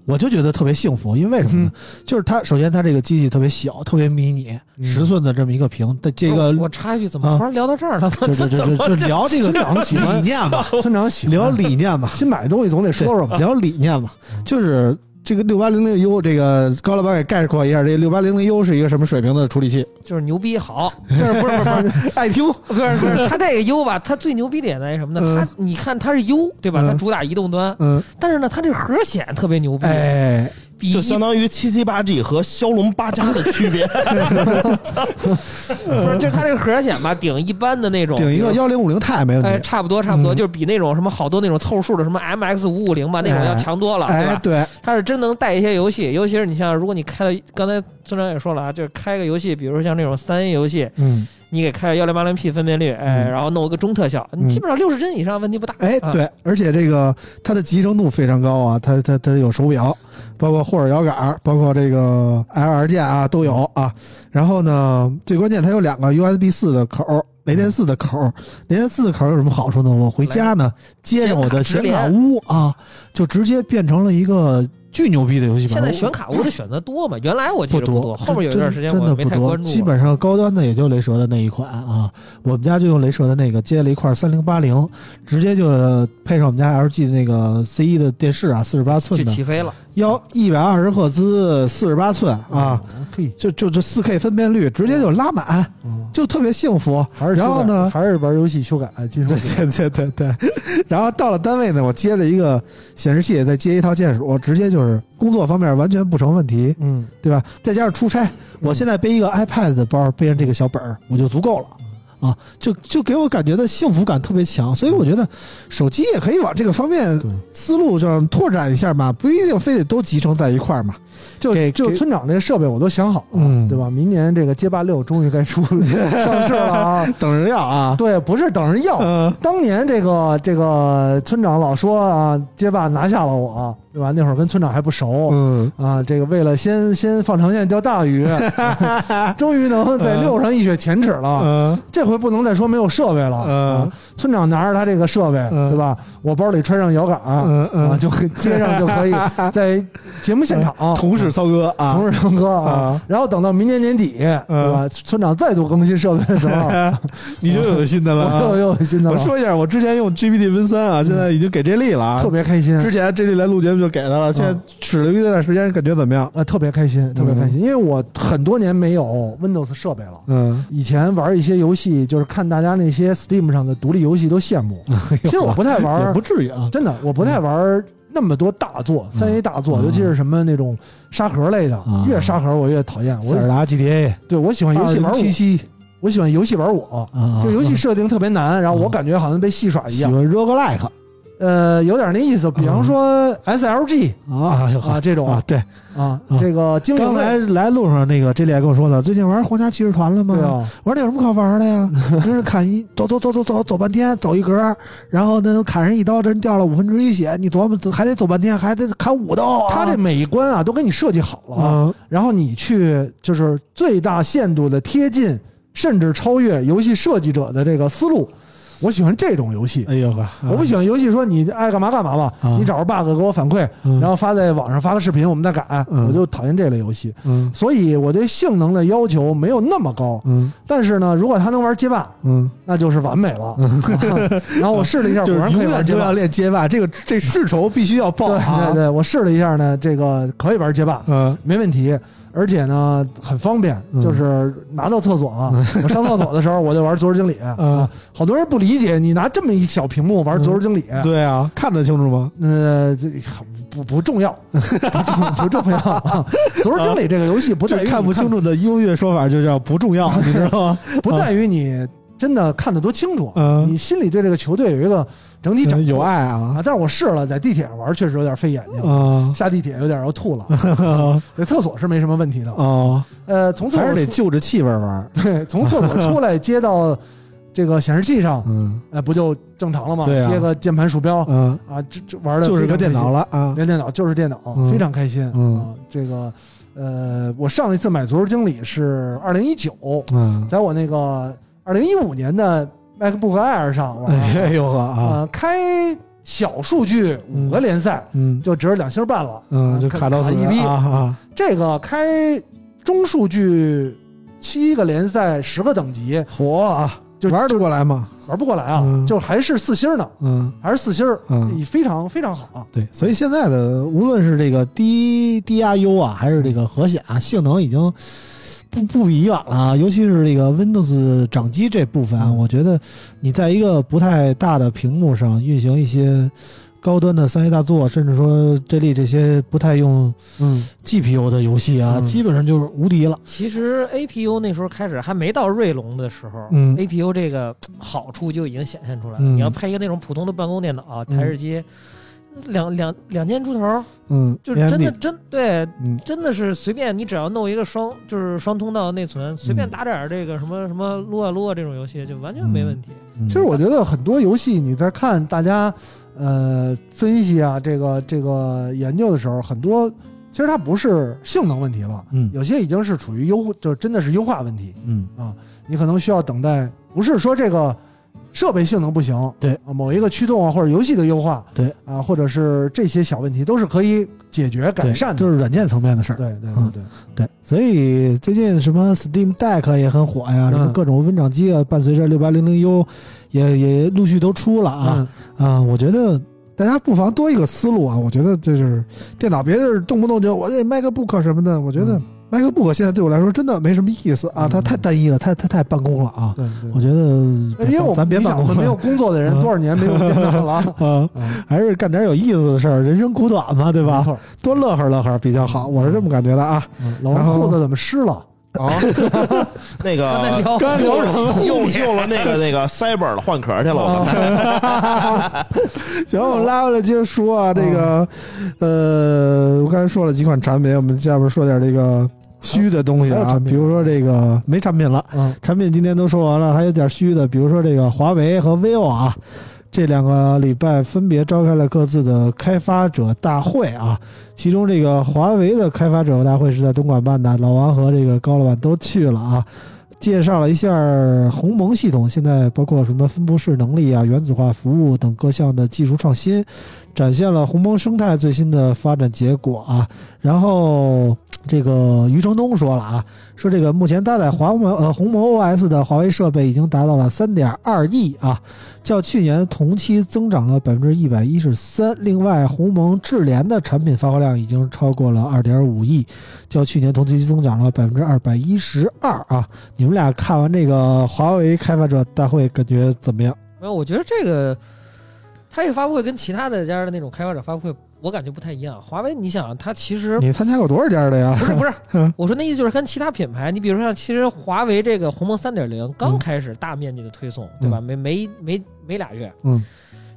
我就觉得特别幸福，因为为什么呢？就是它首先它这个机器特别小，特别迷你，十寸的这么一个屏，再接一个哦我我插一句，怎么啊突然聊到这儿了？ 就就这就怎么就就聊这个 理念吧，村长喜欢聊理念吧，新买的东西总得说说吧。聊理念嘛，就是这个六八零零 U，这个高老板给概括一下，这六八零零 U 是一个什么水平的处理器？就是牛逼好， 就是不是不是不是爱听，不是不是，它这个 U 吧，它最牛逼点在于什么嗯呢？它你看它是 U 对吧？嗯它主打移动端，嗯，但是呢，它这核显特别牛逼，哎，比就相当于七七八 G 和骁龙八加的区别。不是，就是它这个核显吧，哦顶一般的那嗯种，顶一个比如幺零五零钛没问哎，题，差不多差不嗯多，就是比那种什么好多那种凑数的什么 MX 五五零吧，那种要强多了，对哎吧，？对，它是真能带一些游戏，尤其是你像如果你开了，刚才村长也说了啊，就是开个游戏，比如像那种三 A 游戏，嗯，你给开幺零八零 P 分辨率，哎，嗯然后弄一个中特效，嗯你基本上六十帧以上问题不大。哎，啊，对，而且这个它的集成度非常高啊，它它它有手表，包括霍尔摇杆儿，包括这个 LR 键啊都有啊。然后呢，最关键它有两个 USB 四的口儿，雷电四的口儿。雷电四的口儿有什么好处呢？我回家呢，接上我的显卡屋啊，就直接变成了一个巨牛逼的游戏版。现在我选卡屋的选择多吗？原来我记不得多，多，后面有一真段时间真我的没不太多关，注了。基本上高端的也就雷蛇的那一款啊。我们家就用雷蛇的那个接了一块三零八零，直接就是配上我们家 LG 的那个 C 1的电视啊，四十八寸就的，起飞了，幺一百二十赫兹，四十八寸啊，嘿，就就这四 K 分辨率，直接就拉满，嗯就特别幸福。还是然修后改呢，还是玩游戏修改金属对。对对对对，然后到了单位呢，我接了一个显示器，再接一套键鼠，直接就是工作方面完全不成问题，嗯，对吧？再加上出差，我现在背一个 iPad 的包，背上这个小本儿，我就足够了。啊，就就给我感觉的幸福感特别强，所以我觉得手机也可以往这个方面对思路上拓展一下嘛，不一定非得都集成在一块儿嘛。就给就给村长这个设备我都想好了，嗯对吧？明年这个街霸六终于 该出上市了啊！等着要啊，对，不是等着要，嗯当年这个这个村长老说啊，街霸拿下了我，对吧？那会儿跟村长还不熟、嗯，啊，这个为了先先放长线钓大 鱼，终于能在六上一雪前耻了。嗯这回不能再说没有设备了。嗯啊村长拿着他这个设备，嗯对吧？我包里揣上摇杆，嗯啊，嗯，就 可以接上就可以在节目现场、哎同事操哥啊，同时唱歌啊啊。嗯然后等到明年年底，对吧？村长再度更新设备的时候， 你就有新的了 我啊。又又有新 的我了，说一下，我之前用 GPT 温三啊，现在已经给 J 力了啊特。别开心。之前 J 力来录节目就给他了，现在嗯使了一段时间，感觉怎么样？呃，特别开嗯心，特别开心，因为我很多年没有 Windows 设备了。嗯，以前玩一些游戏，就是看大家那些 Steam 上的独立游戏都 羡慕。其实我不太玩，哎也不至于啊。真的我不太玩那么多大作，三 A 大作，嗯尤其是什么那种沙盒类的，啊越沙盒我越讨厌。塞尔我达 GTA 对我喜欢游戏玩我，啊七七我喜欢游戏玩我。啊，这游戏设定特别难，然后我嗯感觉好像被戏耍一喜样，欢 roguelike 呃，有点那意思。比方说 SLG 啊啊这种啊，对。啊啊，这个经刚营才类，来路上那个 J 力还跟我说呢，最近玩皇家骑士团了吗？对啊，我说那有什么可玩的 呀？就是砍一走走走走走走半天，走一格，然后呢砍人一刀，这人掉了五分之一血，你琢磨走还得走半天，还得砍五刀啊！它这每一关啊都给你设计好了，啊，然后你去就是最大限度的贴近，甚至超越游戏设计者的这个思路。我喜欢这种游戏，哎呦呵，我不喜欢游戏说你爱干嘛干嘛吧，啊你找着 bug 给我反馈，嗯然后发在网上发个视频，我们再改。嗯我就讨厌这类游戏，嗯所以我对性能的要求没有那么高。嗯但是呢，如果他能玩街霸，嗯，那就是完美了。 然后我试了一 下，就果是然可永以远玩街就霸要。练街霸，这个这世仇必须要报对啊！对对，我试了一下呢，这个可以玩街霸，嗯没问题，而且呢很方便，嗯就是拿到厕所啊，我上厕所的时候我就玩《足球经理》 嗯啊。好多人不理解，你拿这么一小屏幕玩《足球经理》，对啊，看得清楚吗？呃，这不不重要， 不重不重要。啊足球经理这个游戏不在于这你看不清，楚的优越说法就叫不重 要，你知道吗？不在于你真的看得多清楚，嗯你心里对这个球队有一个整体掌嗯控有爱啊啊。但是我试了，在地铁上玩确实有点费眼睛，啊下地铁有点要吐 了。在厕所是没什么问题的。哦，呃，从嗯厕还是得所出 就着气味儿玩。对，从厕所出来接到这个显示器上，嗯呃，不就正常了吗？对啊接个键盘鼠标 嗯，啊，这这玩的就是个电脑了啊。连电脑就是电脑，嗯非常开心。嗯啊，这个呃，我上一次买足球经理是二零一九，嗯，在我那个二零一五年的 MacBook Air 上玩，哎呦呵啊，呃，开小数据五个联赛嗯就值两星半了，嗯，啊就卡到死一逼。啊啊，这个开中数据七个联赛十个等级火啊，就玩得过来吗？玩不过来啊，嗯就还是四星儿呢，嗯还是四星儿，嗯。非常非常好啊。对，所以现在的无论是这个 D D R U 啊，还是这个核显啊，性能已经不不比以往了啊。尤其是这个 Windows 掌机这部分啊，我觉得你在一个不太大的屏幕上运行一些高端的三 A 大作，甚至说 J 力这些不太用嗯， G P U 的游戏啊，嗯基本上就是无敌了。其实 APU 那时候开始还没到锐龙的时候、嗯 a p u 这个好处就已经显现出来了。嗯你要配一个那种普通的办公电脑，啊台式机，两两两千出头，嗯，就是真的真对，嗯真的是随便你只要弄一个双就是双通道内嗯存，随便打点儿这个什么什么撸啊撸啊这种游戏就完全没问题。嗯，其实我觉得很多游戏你在看大家呃分析啊，这个这个研究的时候，很多其实它不是性能问题了，嗯有些已经是处于优，就是真的是优化问题。啊嗯你可能需要等待，不是说这个设备性能不行，对啊某一个驱动啊，或者游戏的优化，对啊，或者是这些小问题都是可以解决改对善的，就是软件层面的事儿。对对对嗯对，对，所以最近什么 Steam Deck 也很火呀，嗯什么各种温掌机啊，伴随着六八零零 U 也也陆续都出了啊嗯，啊，我觉得。大家不妨多一个思路啊！我觉得就是电脑，别是动不动就我这 MacBook 什么的。我觉得 MacBook 现在对我来说真的没什么意思啊，嗯它太单一了，太太太办公了啊！对我对觉得呃对，因为我咱别你办想公了，没有工作的人嗯，多少年没有电脑了啊 啊，嗯还是干点有意思的事儿，人生苦短嘛，对没吧？错，多乐呵乐呵比较好，我是这么感觉的啊。嗯老然王后裤子怎么湿了？啊，那刚才个聊刚才聊什么用用了那个那个 Cyber 了换壳去了，我刚才 行，我们拉回来接着说啊，这个，嗯呃，我刚才说了几款产品，我们下边说点这个虚的东西还有啊，产品比如说这个没产品了，嗯，产品今天都说完了，还有点虚的，比如说这个华为和 vivo 啊，这两个礼拜分别召开了各自的开发者大会啊，其中这个华为的开发者大会是在东莞办的，老王和这个高老板都去了啊。介绍了一下鸿蒙系统，现在包括什么分布式能力啊、原子化服务等各项的技术创新，展现了鸿蒙生态最新的发展结果啊。然后这个余承东说了啊，说这个目前搭载华为呃鸿蒙 OS 的华为设备已经达到了三点二亿啊，较去年同期增长了百分之一百一十三。另外，鸿蒙智联的产品发货量已经超过了二点五亿，较去年同期增长了百分之二百一十二啊。你们俩看完这个华为开发者大会，感觉怎么样？没有，我觉得这个他这个发布会跟其他的家的那种开发者发布会，我感觉不太一样。华为，你想，它其实你参加过多少家的呀？不是不是嗯，我说那意思就是跟其他品牌，你比如说像其实华为这个鸿蒙三点零嗯刚开始大面积的推送，对吧？没没没没俩月，嗯，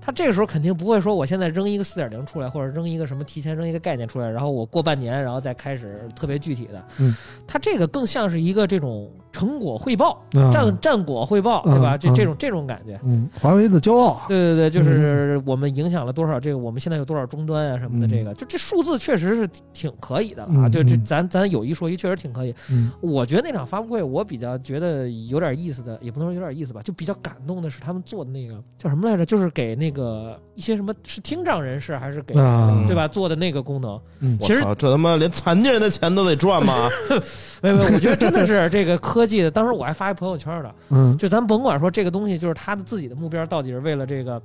它这个时候肯定不会说我现在扔一个四点零出来，或者扔一个什么提前扔一个概念出来，然后我过半年然后再开始特别具体的，嗯，它这个更像是一个这种成果汇报、啊战战果汇报，对吧？嗯这嗯这种这种感觉。嗯，华为的骄傲啊。对对对，就是我们影响了多少这个，我们现在有多少终端啊什么的，嗯这个就这数字确实是挺可以的了啊。嗯就这嗯咱咱有一说一，确实挺可以。嗯我觉得那场发布会，我比较觉得有点意思的，也不能说有点意思吧，就比较感动的是他们做的那个叫什么来着？就是给那个一些什么是听障人士还是给、啊对吧做的那个功能？嗯其实我操这他妈连残疾人的钱都得赚吗？没有没有，我觉得真的是这个科技的。当时我还发一朋友圈呢，嗯就咱甭管说这个东西，就是他的自己的目标到底是为了这个，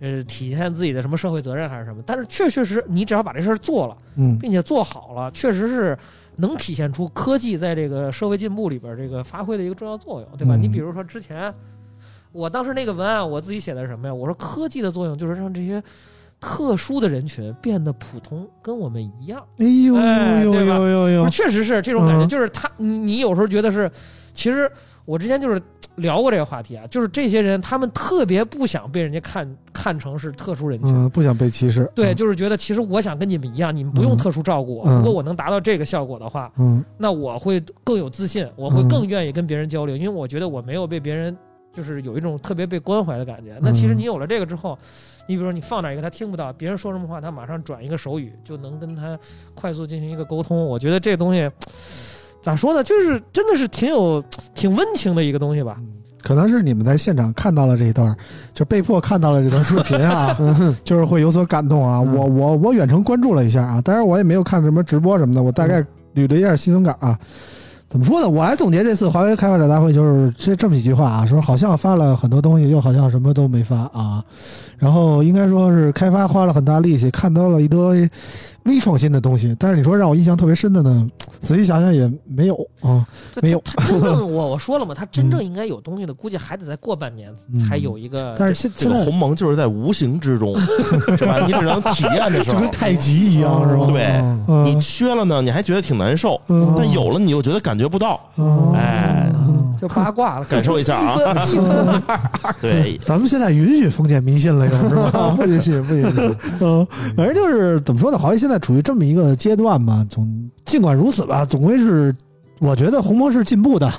呃，体现自己的什么社会责任还是什么，但是确确实实，你只要把这事儿做了，嗯并且做好了，确实是能体现出科技在这个社会进步里边儿这个发挥的一个重要作用，对吧？嗯你比如说之前，我当时那个文案我自己写的是什么呀？我说科技的作用就是让这些。特殊的人群变得普通，跟我们一样，哎呦哎呦对吧呦呦不呦是，！确实是这种感觉，哦嗯就是他，你你有时候觉得是，其实我之前就是聊过这个话题啊，就是这些人他们特别不想被人家看看成是特殊人群，嗯，不想被歧视。对，就是觉得其实我想跟你们一样，你们不用嗯特殊照顾我，嗯如果我能达到这个效果的话，嗯，那我会更有自信，我会嗯更愿意跟别人交流，因为我觉得我没有被别人就是有一种特别被关怀的感觉。那其实嗯你有了这个之后，你比如说你放哪一个他听不到，别人说什么话，他马上转一个手语就能跟他快速进行一个沟通。我觉得这个东西咋说呢，就是真的是挺有挺温情的一个东西吧。可能是你们在现场看到了这一段，就被迫看到了这段视频 啊，嗯就是会有所感动啊。我我我远程关注了一下啊，当然我也没有看什么直播什么的，我大概捋了一下新闻稿啊。怎么说呢？我还总结这次华为开发者大会就是这这么几句话啊，说好像发了很多东西，又好像什么都没发啊。然后应该说是开发花了很大力气，看到了一堆微创新的东西，但是你说让我印象特别深的呢，仔细想想也没有啊。对没有他他 真正我我说了嘛，他真正应该有东西的，估计还得再过半年嗯才有一个。但是现这现个在鸿蒙就是在无形之中，是吧？你只能体验的时就候跟，太极一样是吧？对 嗯嗯你缺了呢，你还觉得挺难受，嗯但有了你又觉得感觉不到，哦哎，呃就八卦了，感受一下啊。 对， 咱们现在允许封建迷信了，又是 吧？啊不允许，不允许。啊嗯，反正就是怎么说呢，华为现在处于这么一个阶段嘛，总尽管如此吧，总归是我觉得鸿蒙是进步的，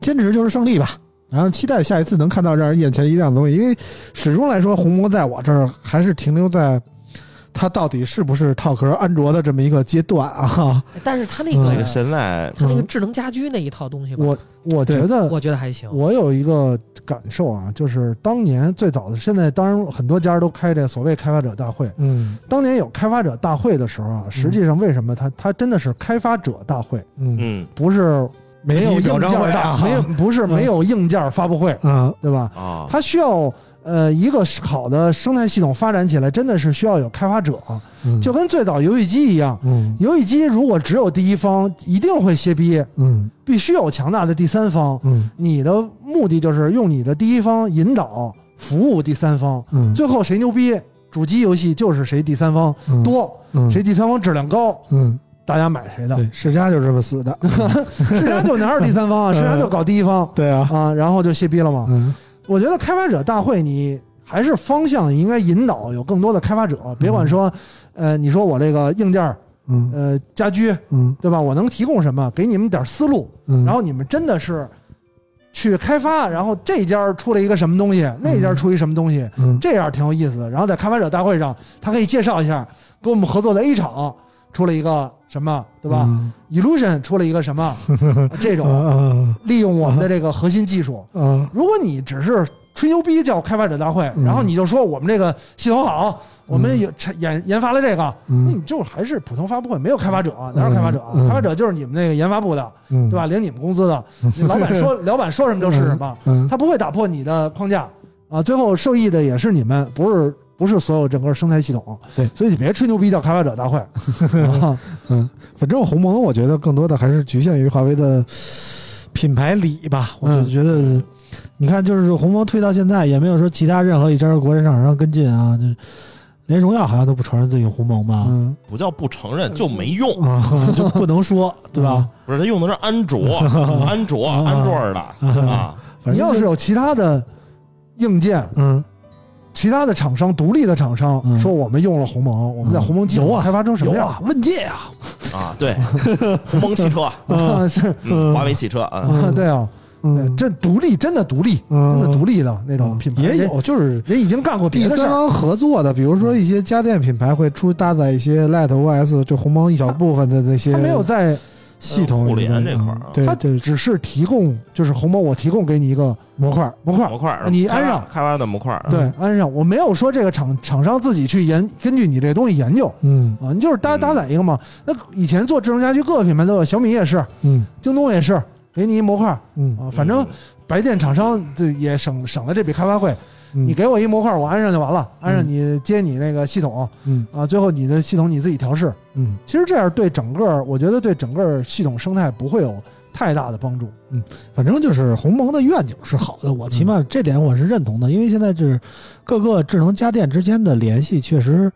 坚持就是胜利吧。然后期待下一次能看到让人眼前一亮的东西，因为始终来说，鸿蒙在我这儿还是停留在它到底是不是套壳安卓的这么一个阶段啊？但是它那嗯这个个现在它那个智能家居那一套东西吧，我我觉得我觉得还行。我有一个感受啊，就是当年最早的，现在当然很多家都开这所谓开发者大会。嗯当年有开发者大会的时候啊，实际上为什么它它真的是开发者大会，嗯，嗯不是没有媒体硬表件彰会啊大，没有不是没有硬件发布会，啊，对吧？啊，它需要呃一个好的生态系统发展起来，真的是需要有开发者，啊嗯就跟最早游戏机一样，嗯游戏机如果只有第一方，一定会歇逼，嗯必须有强大的第三方。嗯你的目的就是用你的第一方引导服务第三方，嗯，最后谁牛逼，主机游戏就是谁第三方嗯多，嗯谁第三方质量高， 嗯，大家买谁的。对，世嘉就这么死 的，世嘉就哪有第三 方啊？世嘉就搞第一方对啊，啊，然后就歇逼了嘛。嗯我觉得开发者大会你还是方向应该引导有更多的开发者，别管说，呃，你说我这个硬件儿，嗯呃，家居，嗯对吧？我能提供什么？给你们点儿思路，嗯，然后你们真的是去开发，然后这家儿出了一个什么东西，那家儿出一什么东西，嗯这样挺有意思的。然后在开发者大会上，他可以介绍一下，跟我们合作的 A 厂出了一个什么，对吧、嗯 i l l u s i o n 出了一个 什么，这啊种啊利用我们的这个核心技术。啊，如果你只是吹牛逼叫开发者大会，嗯然后你就说我们这个系统好，我们嗯有产研研发了这个，那你嗯就还是普通发布会，没有开发者，哪有开发者啊？嗯嗯开发者就是你们那个研发部的，嗯，对吧？领你们工资的，你老板 说老板说什么就是什么，嗯？他不会打破你的框架啊。最后受益的也是你们，不是不是所有整个生态系统。对所以你别吹牛逼叫开发者 大会。啊反正鸿蒙，我觉得更多的还是局限于华为的品牌礼吧。我嗯就觉得，你看，就是鸿蒙推到现在，也没有说其他任何一家国产厂商跟进啊，就是连荣耀好像都不承认自己有鸿蒙吧？嗯，不叫不承认就没用，嗯啊， 就不能说对吧？不是他用的是安卓，安卓，安卓儿的啊，反正你嗯要是有其他的硬件，嗯其他的厂商独立的厂商嗯说我们用了鸿蒙，我们在鸿蒙基础有上啊开发成什有么样？啊，问界啊，啊，对，鸿蒙汽车，啊， 是嗯，华为汽车啊，啊，对啊，嗯，这独立真的独立，真的嗯独立的那种品牌也人有，就是人已经干过别第的啊三事儿。方合作的，比如说一些家电品牌会出搭载一些 Light OS，就鸿蒙一小部分的那些他没有在，系统呃互联里面这块儿啊嗯对，他对只是提供，就是鸿蒙，我提供给你一个模块嗯儿，模块模块儿，你开发安上开发的模块儿，啊嗯对，安上。我没有说这个厂厂商自己去研，根据你这东西研究嗯啊，你就是搭嗯搭载一个嘛。那以前做智能家居，各个品牌都有，小米也是，嗯京东也是，给你一模块儿嗯啊，反正嗯白电厂商这也省省了这笔开发费。嗯你给我一模块儿，我安上就完了，安上嗯你接你那个系统嗯啊，最后你的系统你自己调试。嗯，其实这样对整个，我觉得对整个系统生态不会有太大的帮助。反正就是鸿蒙的愿景是好的，我起嗯码这点我是认同的，因为现在就是各个智能家电之间的联系确实。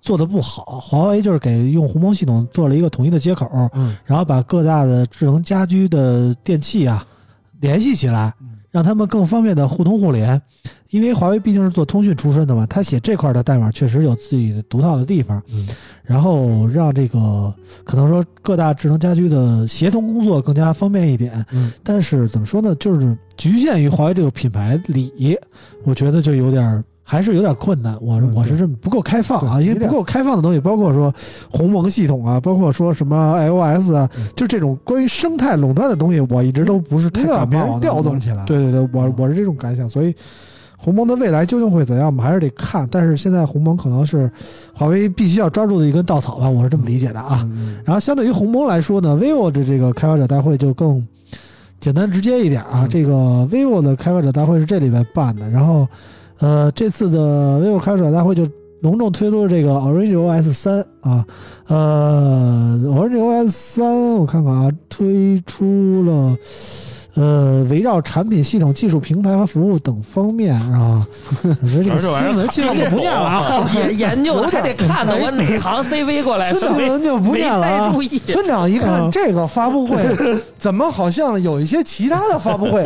做的不好，华为就是给用鸿蒙系统做了一个统一的接口，嗯，然后把各大的智能家居的电器啊联系起来，嗯让他们更方便的互通互联。因为华为毕竟是做通讯出身的嘛，他写这块的代码确实有自己的独到的地方。嗯，然后让这个可能说各大智能家居的协同工作更加方便一点。嗯，但是怎么说呢，就是局限于华为这个品牌里，我觉得就有点儿。还是有点困难，我嗯我是这么不够开放啊，对因为有不点够开放的东西，包括说鸿蒙系统啊，包括说什么 iOS 啊，就这种关于生态垄断的东西，我一直都不是嗯你太得把感别冒人的。调动嗯起来。对对对，我我是这种感想，所以鸿蒙的未来究竟会怎样，我们还是得看。但是现在鸿蒙可能是华为必须要抓住的一根稻草吧，我是这么理解的啊。嗯，然后相对于鸿蒙来说呢，vivo 的这个开发者大会就更简单直接一点啊。嗯这个 vivo 的开发者大会是这礼拜办的，然后呃，这次的 vivo 开发者大会就隆重推出了这个 Orange OS 三啊，呃，Orange OS 三我看看啊，推出了。呃，围绕产品、系统、技术、平台和服务等方面 啊，我觉得这个反正这玩意儿新闻看竟然我看不懂念了啊， 研研究的还得看呢，我哪 行 CV 过来，新闻就不没念了太啊注。意。村长一看这个发布会，怎么好像有一些其他的发布 会，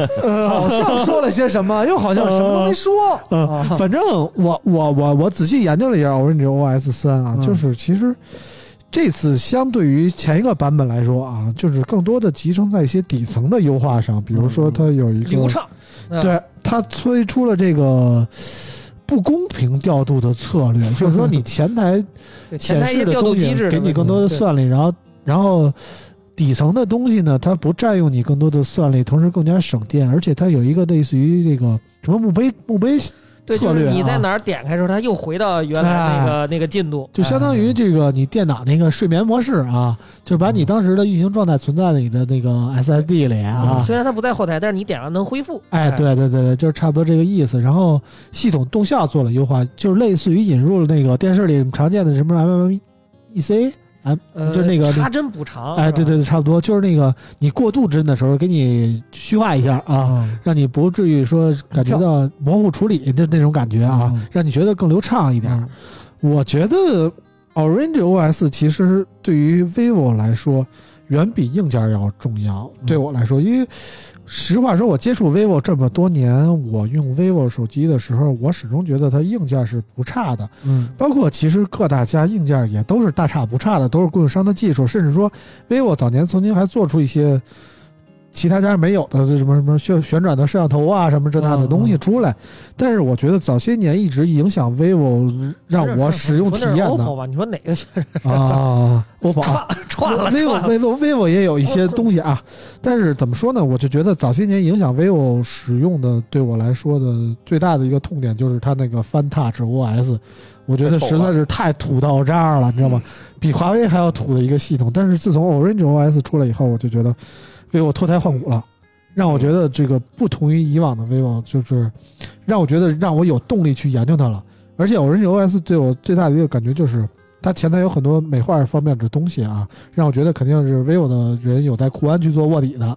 好像说了些什么，又好像什么都没说嗯，啊。反正我我我我仔细研究了一下 Orange OS 三啊，嗯就是其实这次相对于前一个版本来说啊，嗯就是更多的集中在一些底层的优嗯化上，比如说它有一个流畅，对它推出了这个。不公平调度的策 略，就是说你前台对前显台一示些的调东度西机制的给你问更题多的对算力，然后然后底层的东西呢，它不占用你更多的算力，同时更加省电，而且它有一个类似于这个什么墓碑墓碑，对，策就略是你啊哎在哪儿点开的时候，它又回到原来那个那个进度，就相当哎于这个你电脑那个睡眠模式啊，就是把你当时的运行状态存在你的那个 SSD 里嗯啊。虽然它不在后台，但是你点了能恢复。哎，对对对对，就是差不多这个意思。然后系统动效做了优化，就是类似于引入了那个电视里常见的什么 E MMEC，呃，就是那个插针补偿。哎，是吧对对对，差不多，就是那个你过度帧的时候，给你虚化一下啊，嗯啊，让你不至于说感觉到模糊处理的那种感觉啊嗯，让你觉得更流畅一点。嗯我觉得 Orange OS 其实对于 vivo 来说，远比硬件要重要。嗯对我来说，因为实话说，我接触 vivo 这么多年，我用 vivo 手机的时候，我始终觉得它硬件是不差的。嗯，包括其实各大家硬件也都是大差不差的，都是供应商的技术，甚至说 vivo 早年曾经还做出一些其他家没有的这什么什么旋旋转的摄像头啊，什么这那的嗯东西出来。但是我觉得早些年一直影响 vivo 让我使用体验你说那是 OPPO 的吧，你说哪个歘啊，我把串 了 vivo 串了？ vivo vivo 也有一些东西啊，但是怎么说呢？我就觉得早些年影响 vivo 使用的，对我来说的最大的一个痛点就是它那个 Fan Touch OS，我觉得实在是太土到这儿了，你知道吗？比华为还要土的一个系统。但是自从 Orange OS 出来以后，我就觉得 vivo 脱胎换骨了，让我觉得这个不同于以往的 vivo，就是让我觉得让我有动力去研究它了。而且 Orange OS 对我最大的一个感觉就是，它前台有很多美化方面的东西啊，让我觉得肯定是 vivo 的人有在酷安去做卧底的，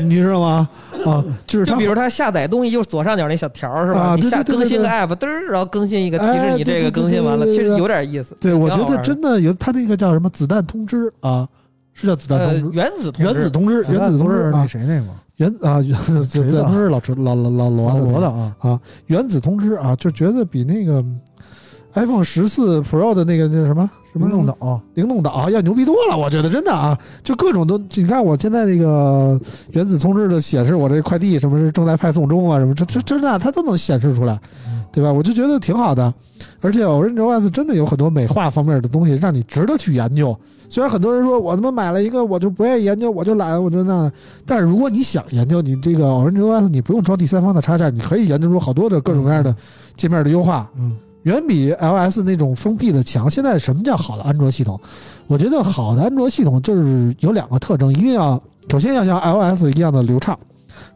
你你知道吗？啊，就是就它比如它下载东西右左上角那小条儿是吧？啊你对下对对更新个对 app，嘚儿，然后更新一个提哎示你对这对个对更新完了，对对其对实有点意思。对我觉挺好玩得儿真的有它那个叫什么子弹通知啊，是叫子弹呃通知。原子原子通知，原子通知那啊，谁那个原啊，原子锤子啊通知老锤老老老罗老的那个罗的啊，原子通知啊，就觉得比那个 iPhone 十四 Pro 的那个那什么什么灵动岛，灵动岛要牛逼多了，我觉得真的啊，就各种都，你看我现在这个原子通知的显示我这快递什么是正在派送中啊，什么这这真的啊它都能显示出来，对吧？我就觉得挺好的，而且 Orange OS 真的有很多美化方面的东西让你值得去研究。虽然很多人说我他妈买了一个我就不愿意研究，我就懒，我就那，但是如果你想研究，你这个 Orange OS 你不用装第三方的插件，你可以研究出好多的各种各样的界面的优化，嗯，远比 iOS 那种封闭的强。现在什么叫好的安卓系统？我觉得好的安卓系统就是有两个特征，一定要首先要像 iOS 一样的流畅，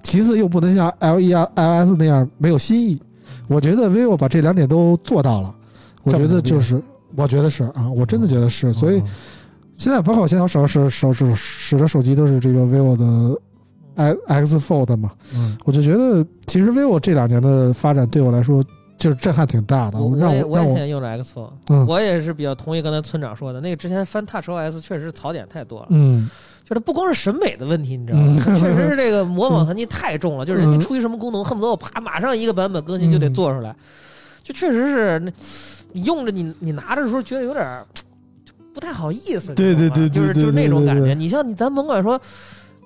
其次又不能像 L E iOS 那样没有新意。我觉得 vivo 把这两点都做到了，我觉得就是，我觉得是啊，我真的觉得哦是，所以现在包括我现在我手手手手使的手机都是这个 vivo 的 X X Fold 嘛，嗯我就觉得其实 vivo 这两年的发展对我来说就是震撼挺大的，我让也我我让也现我在用了 X Phone，、嗯我也是比较同意刚才村长说的，那个之前翻 Touch OS 确实是槽点太多了，嗯就是不光是审美的问题，你知道吗？ 确实是这个模仿痕迹太重了，就是人家嗯出于什么功能，恨不得我啪马上一个版本更新就得做出来，就确实是那你用着你你拿着的时候觉得有点儿就不太好意思，对你知道吗对对对就是对就是那种对对感对觉。你像你咱甭管说。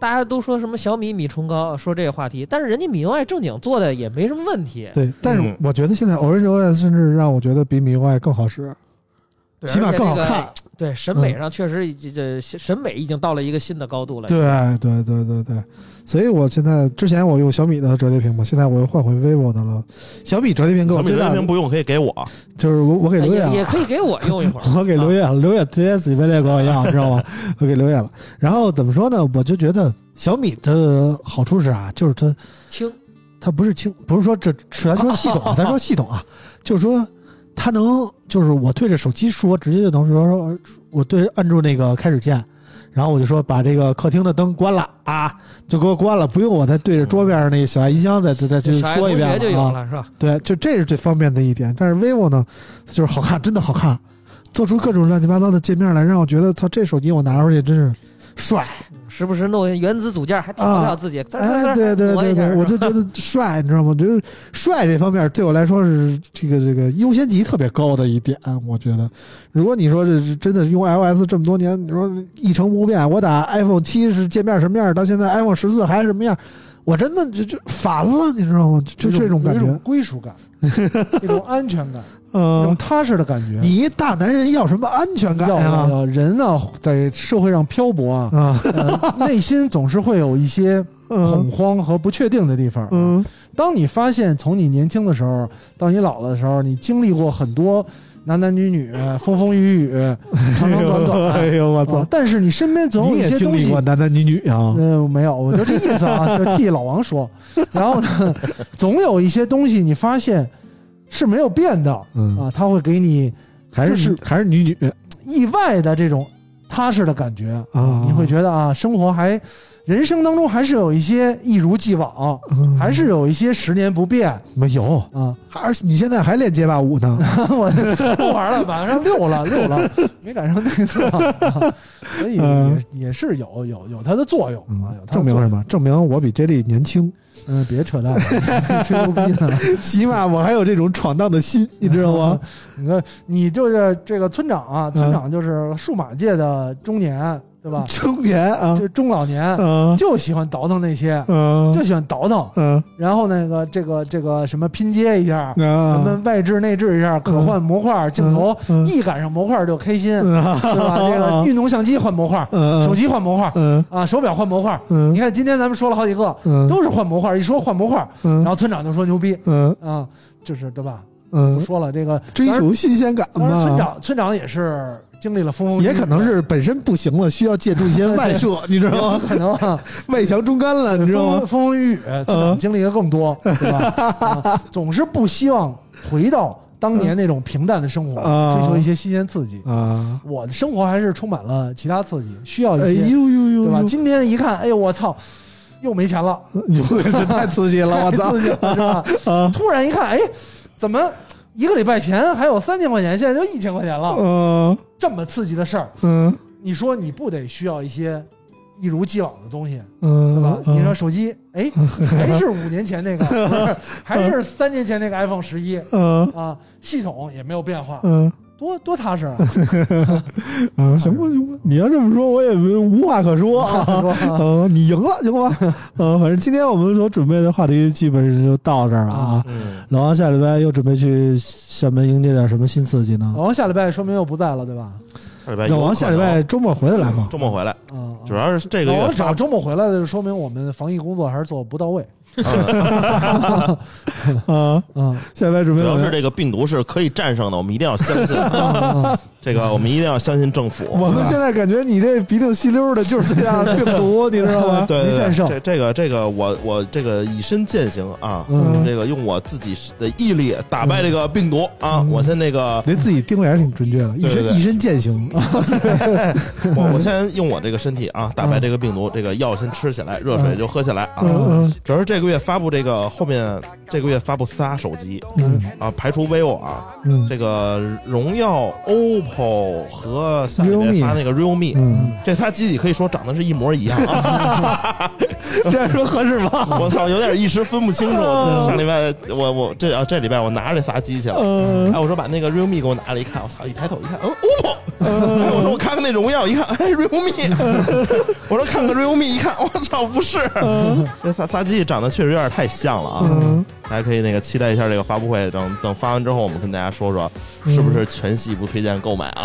大家都说什么小米米虫高，说这个话题，但是人家米 UI 正经做的也没什么问题，对，但是嗯我觉得现在 Orange OS 甚至让我觉得比 MIUI 更好使，对起码而且更好这个看。对，审嗯美上确实已经这审美已经到了一个新的高度了。对对对对对，所以我现在之前我用小米的折叠屏嘛，现在我又换回 vivo 的了。小米折叠屏给嗯小我米最人大的名不用，可以给我。就是我我给哎，刘烨也啊，也可以给我用一会儿。 我给刘烨，刘烨直接死皮赖脸管我要，知道 吗？我给刘烨了。然后怎么说呢？我就觉得小米的好处是啊，就是它轻，它不是轻，不是说这咱说系统 啊，咱说系统啊，就是说它能，就是我对着手机说，直接就能说说，我对按住那个开始键，然后我就说把这个客厅的灯关了啊，就给我关了，不用我再对着桌边上那个小爱音箱再再再去小爱说一同遍学就有啊了，是吧？对，就这是最方便的一点。但是 vivo 呢，就是好看，真的好看，做出各种乱七八糟的界面来，让我觉得操，这手机我拿出去真是帅。嗯时不时弄些原子组件，还调啊调自己。滋儿滋儿滋哎，儿对对磨对一下对，是吧我就觉得帅，你知道吗？就是帅这方面对我来说是这个这个优先级特别高的一点。我觉得，如果你说这是真的用 iOS 这么多年，你说一成不变，我打 iPhone 七是界面什么样，到现在 iPhone 十四还是什么样，我真的就就烦了，你知道吗？就就这种感有一种呃觉，归 属感，一种安全感，一嗯种，踏实的感觉。你一大男人要什么安全感要要呀？要人呢、在社会上漂泊啊，啊，呃 内心总是会有一些恐嗯慌和不确定的地方。，啊嗯当你发现从你年轻的时候到你老了的时候，你经历过很多男男女女、风风雨雨、 长长短短，哎呦我操啊！但是你身边总有你一也些经东历西过。男男女女啊？嗯，没有，我就这意思啊，就替老王 说。然后呢，总有一些东西你发现是没有变的嗯，啊，它会给你还是就是还是女女意外的这种踏实的感觉啊你会觉得啊，生活还人生当中还是有一些一如既往，嗯还是有一些十年不变没有？啊。 还是你现在还练街霸舞呢？我不玩了，马上 六了，六了，没赶上内测、啊，所以也嗯也是有有有它的作用啊，有嗯，它的证明作什用？么？证明我比 J 莉年轻， 嗯，别扯淡了， 吹牛逼呢。起码我还有这种闯荡的心，你知道吗？你看，你就是这个村长嗯啊，村长就是数码界的中年，对吧？中年啊就，是中老年，嗯就喜欢倒腾那些，嗯就喜欢倒腾。嗯然后那个这个这个什么拼接一下，咱啊们外置内置一下，可换模块镜头，嗯一赶上模块就开心，嗯对吧？这个运动相机换模块，嗯手机换模块嗯啊，手表换模块。嗯你看今天咱们说了好几个，嗯都是换模块。一说换模块，然嗯后村长就说牛逼嗯啊，就是对吧？不嗯，说了，这个追求新鲜感当然村嘛，长村长也是经历了风风雨雨，啊也可能是本身不行了，需要借助一些外 设，你知道也吗？ 可能啊 外强中干了，你知道风 吗？风雨雨，村长经历的更多，对吧？啊总是不希望回到当年那种平淡的生活，啊追求一些新鲜刺激。啊，我的生活还是充满了其他刺激，需要哎一些，呦呦呦，对吧？呦今天一看，哎呦我操，又没钱了，呦 这太刺激了，我太操刺激了，是吧？ 啊！突然一看，哎，怎么一个礼拜前还有三千块钱，现在就一千块钱了？嗯这么刺激的事儿，嗯你说你不得需要一些一如既往的东西，嗯，对吧？嗯你说手机， 哎，还是五年前那个， 不是还是三年前那个 iPhone 十一嗯啊，系统也没有变化，嗯多多踏 实啊！嗯，行吧行吧，你要这么说，我也无话可说 啊。说嗯，你赢了，行吧？嗯，反正今天我们所准备的话题基本上就到这儿了啊。嗯，老王下礼拜又准备去厦门迎接点什么新刺激呢老？王下礼拜说明又不在了，对吧？下哎礼拜老有王可下礼拜能周末回得来吗？周末回来，嗯，主要是这个老月王只发要周末回来的，就说明我们防疫工作还是做不到位。啊，嗯，下礼拜准备主怎要么是样这个病毒是可以战胜的，我们一定要 相信这个，我们一定要相信政府。我们现在感觉你这鼻涕吸溜的，就是这 样病毒，你知道吗？对没对战对，胜这这个这个我我这个以身践行啊，嗯这个用我自己的毅力打败这个病毒啊！嗯我先那 个你这自己定位还是挺准确的，一对对身对一身践行。我我先用我这个身体啊，打败这个病毒，这个药先吃起来，热水就喝起来啊。嗯主要是这个月发布这个，后面这个月发布仨手机嗯啊，排除 vivo 啊，嗯这个荣耀、OPPO 和下个月 Realme 发那个 realme，、嗯，这仨机器可以说长得是一模一样啊！ 这样说合适吗？ 我操，有点一时分不清楚。嗯上礼拜我我这啊这礼拜我拿着这仨机器了，嗯哎，我说把那个 realme 给我拿来一看，我操，一抬头一看，嗯，OPPO。哎，我说我看看那荣耀，一看，哎，realme。我说看看 realme，一看，我操，不是。这仨仨机器长得确实有点太像了啊。嗯大家可以那个期待一下这个发布会，等等发完之后，我们跟大家说说嗯是不是全系不推荐购买 啊？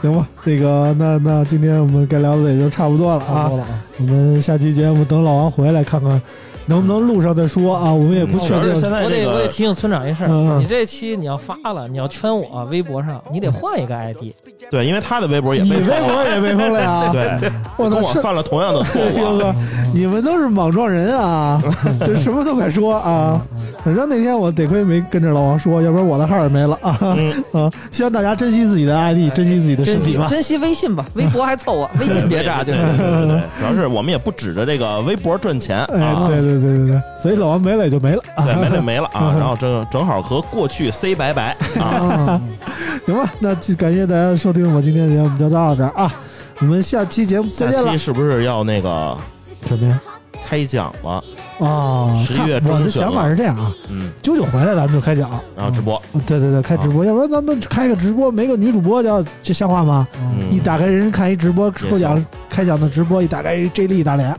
行吧，这个那那今天我们该聊的也就差不多了差不啊多。了啊。我们下期节目等老王回来看看能不能录上再说啊，我们也不主确要是现定。在我嗯这得我得个提醒村长一事儿，嗯嗯你这期你要发了，你要圈我、微博上，你得换一个 ID。嗯对，因为他的微博也你被微封了，博也被封了呀？ 对，我跟操，我是犯了同样的错哎呦误 啊。哥，你们都是莽撞人啊！这什么都敢说啊！反正那天我得亏没跟着老王说，要不然我的号也没了啊！ 嗯啊，希望大家珍惜自己的 ID，珍惜自己的身珍体惜吧。珍惜微信吧，微博还凑合，微信别炸就对。对对对对，主要是我们也不指着这个微博赚钱哎啊，，对对对对对，所以老王没了也就没了啊。 对，没了没了啊，然后正正好和过去 say 拜拜 啊，行吧，那就感谢大家收听我今天的节目，我们就到这儿啊。我们下期节目再下见了期。是不是要那个什么呀？开奖了？啊， 11月看我中的旬了啊想法是这样啊，嗯，九九回来咱们就开讲。然后直播，对对对，开直啊播，要不然咱们开个直播，没个女主播叫这像话吗？嗯你打开人家看一直播抽奖，开奖的直播一打开这力打脸，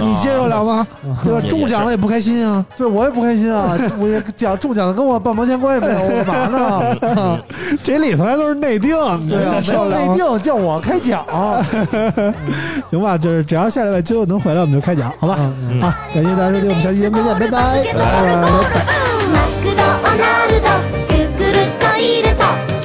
你接受了吗？对吧？也中奖了也不开心啊，对我也不开心啊！我也讲中奖的跟我半毛钱关系没有，我干嘛呢？啊这里从来都是内定，你 对啊，这 没有受得了内吗？定叫我开 奖， 行吧，就是只要下礼拜周六能回来，我们就开奖，好吧？啊，感谢大家收听，我们下期节目再见，拜拜，拜拜。マクドナルドグーグルトイレット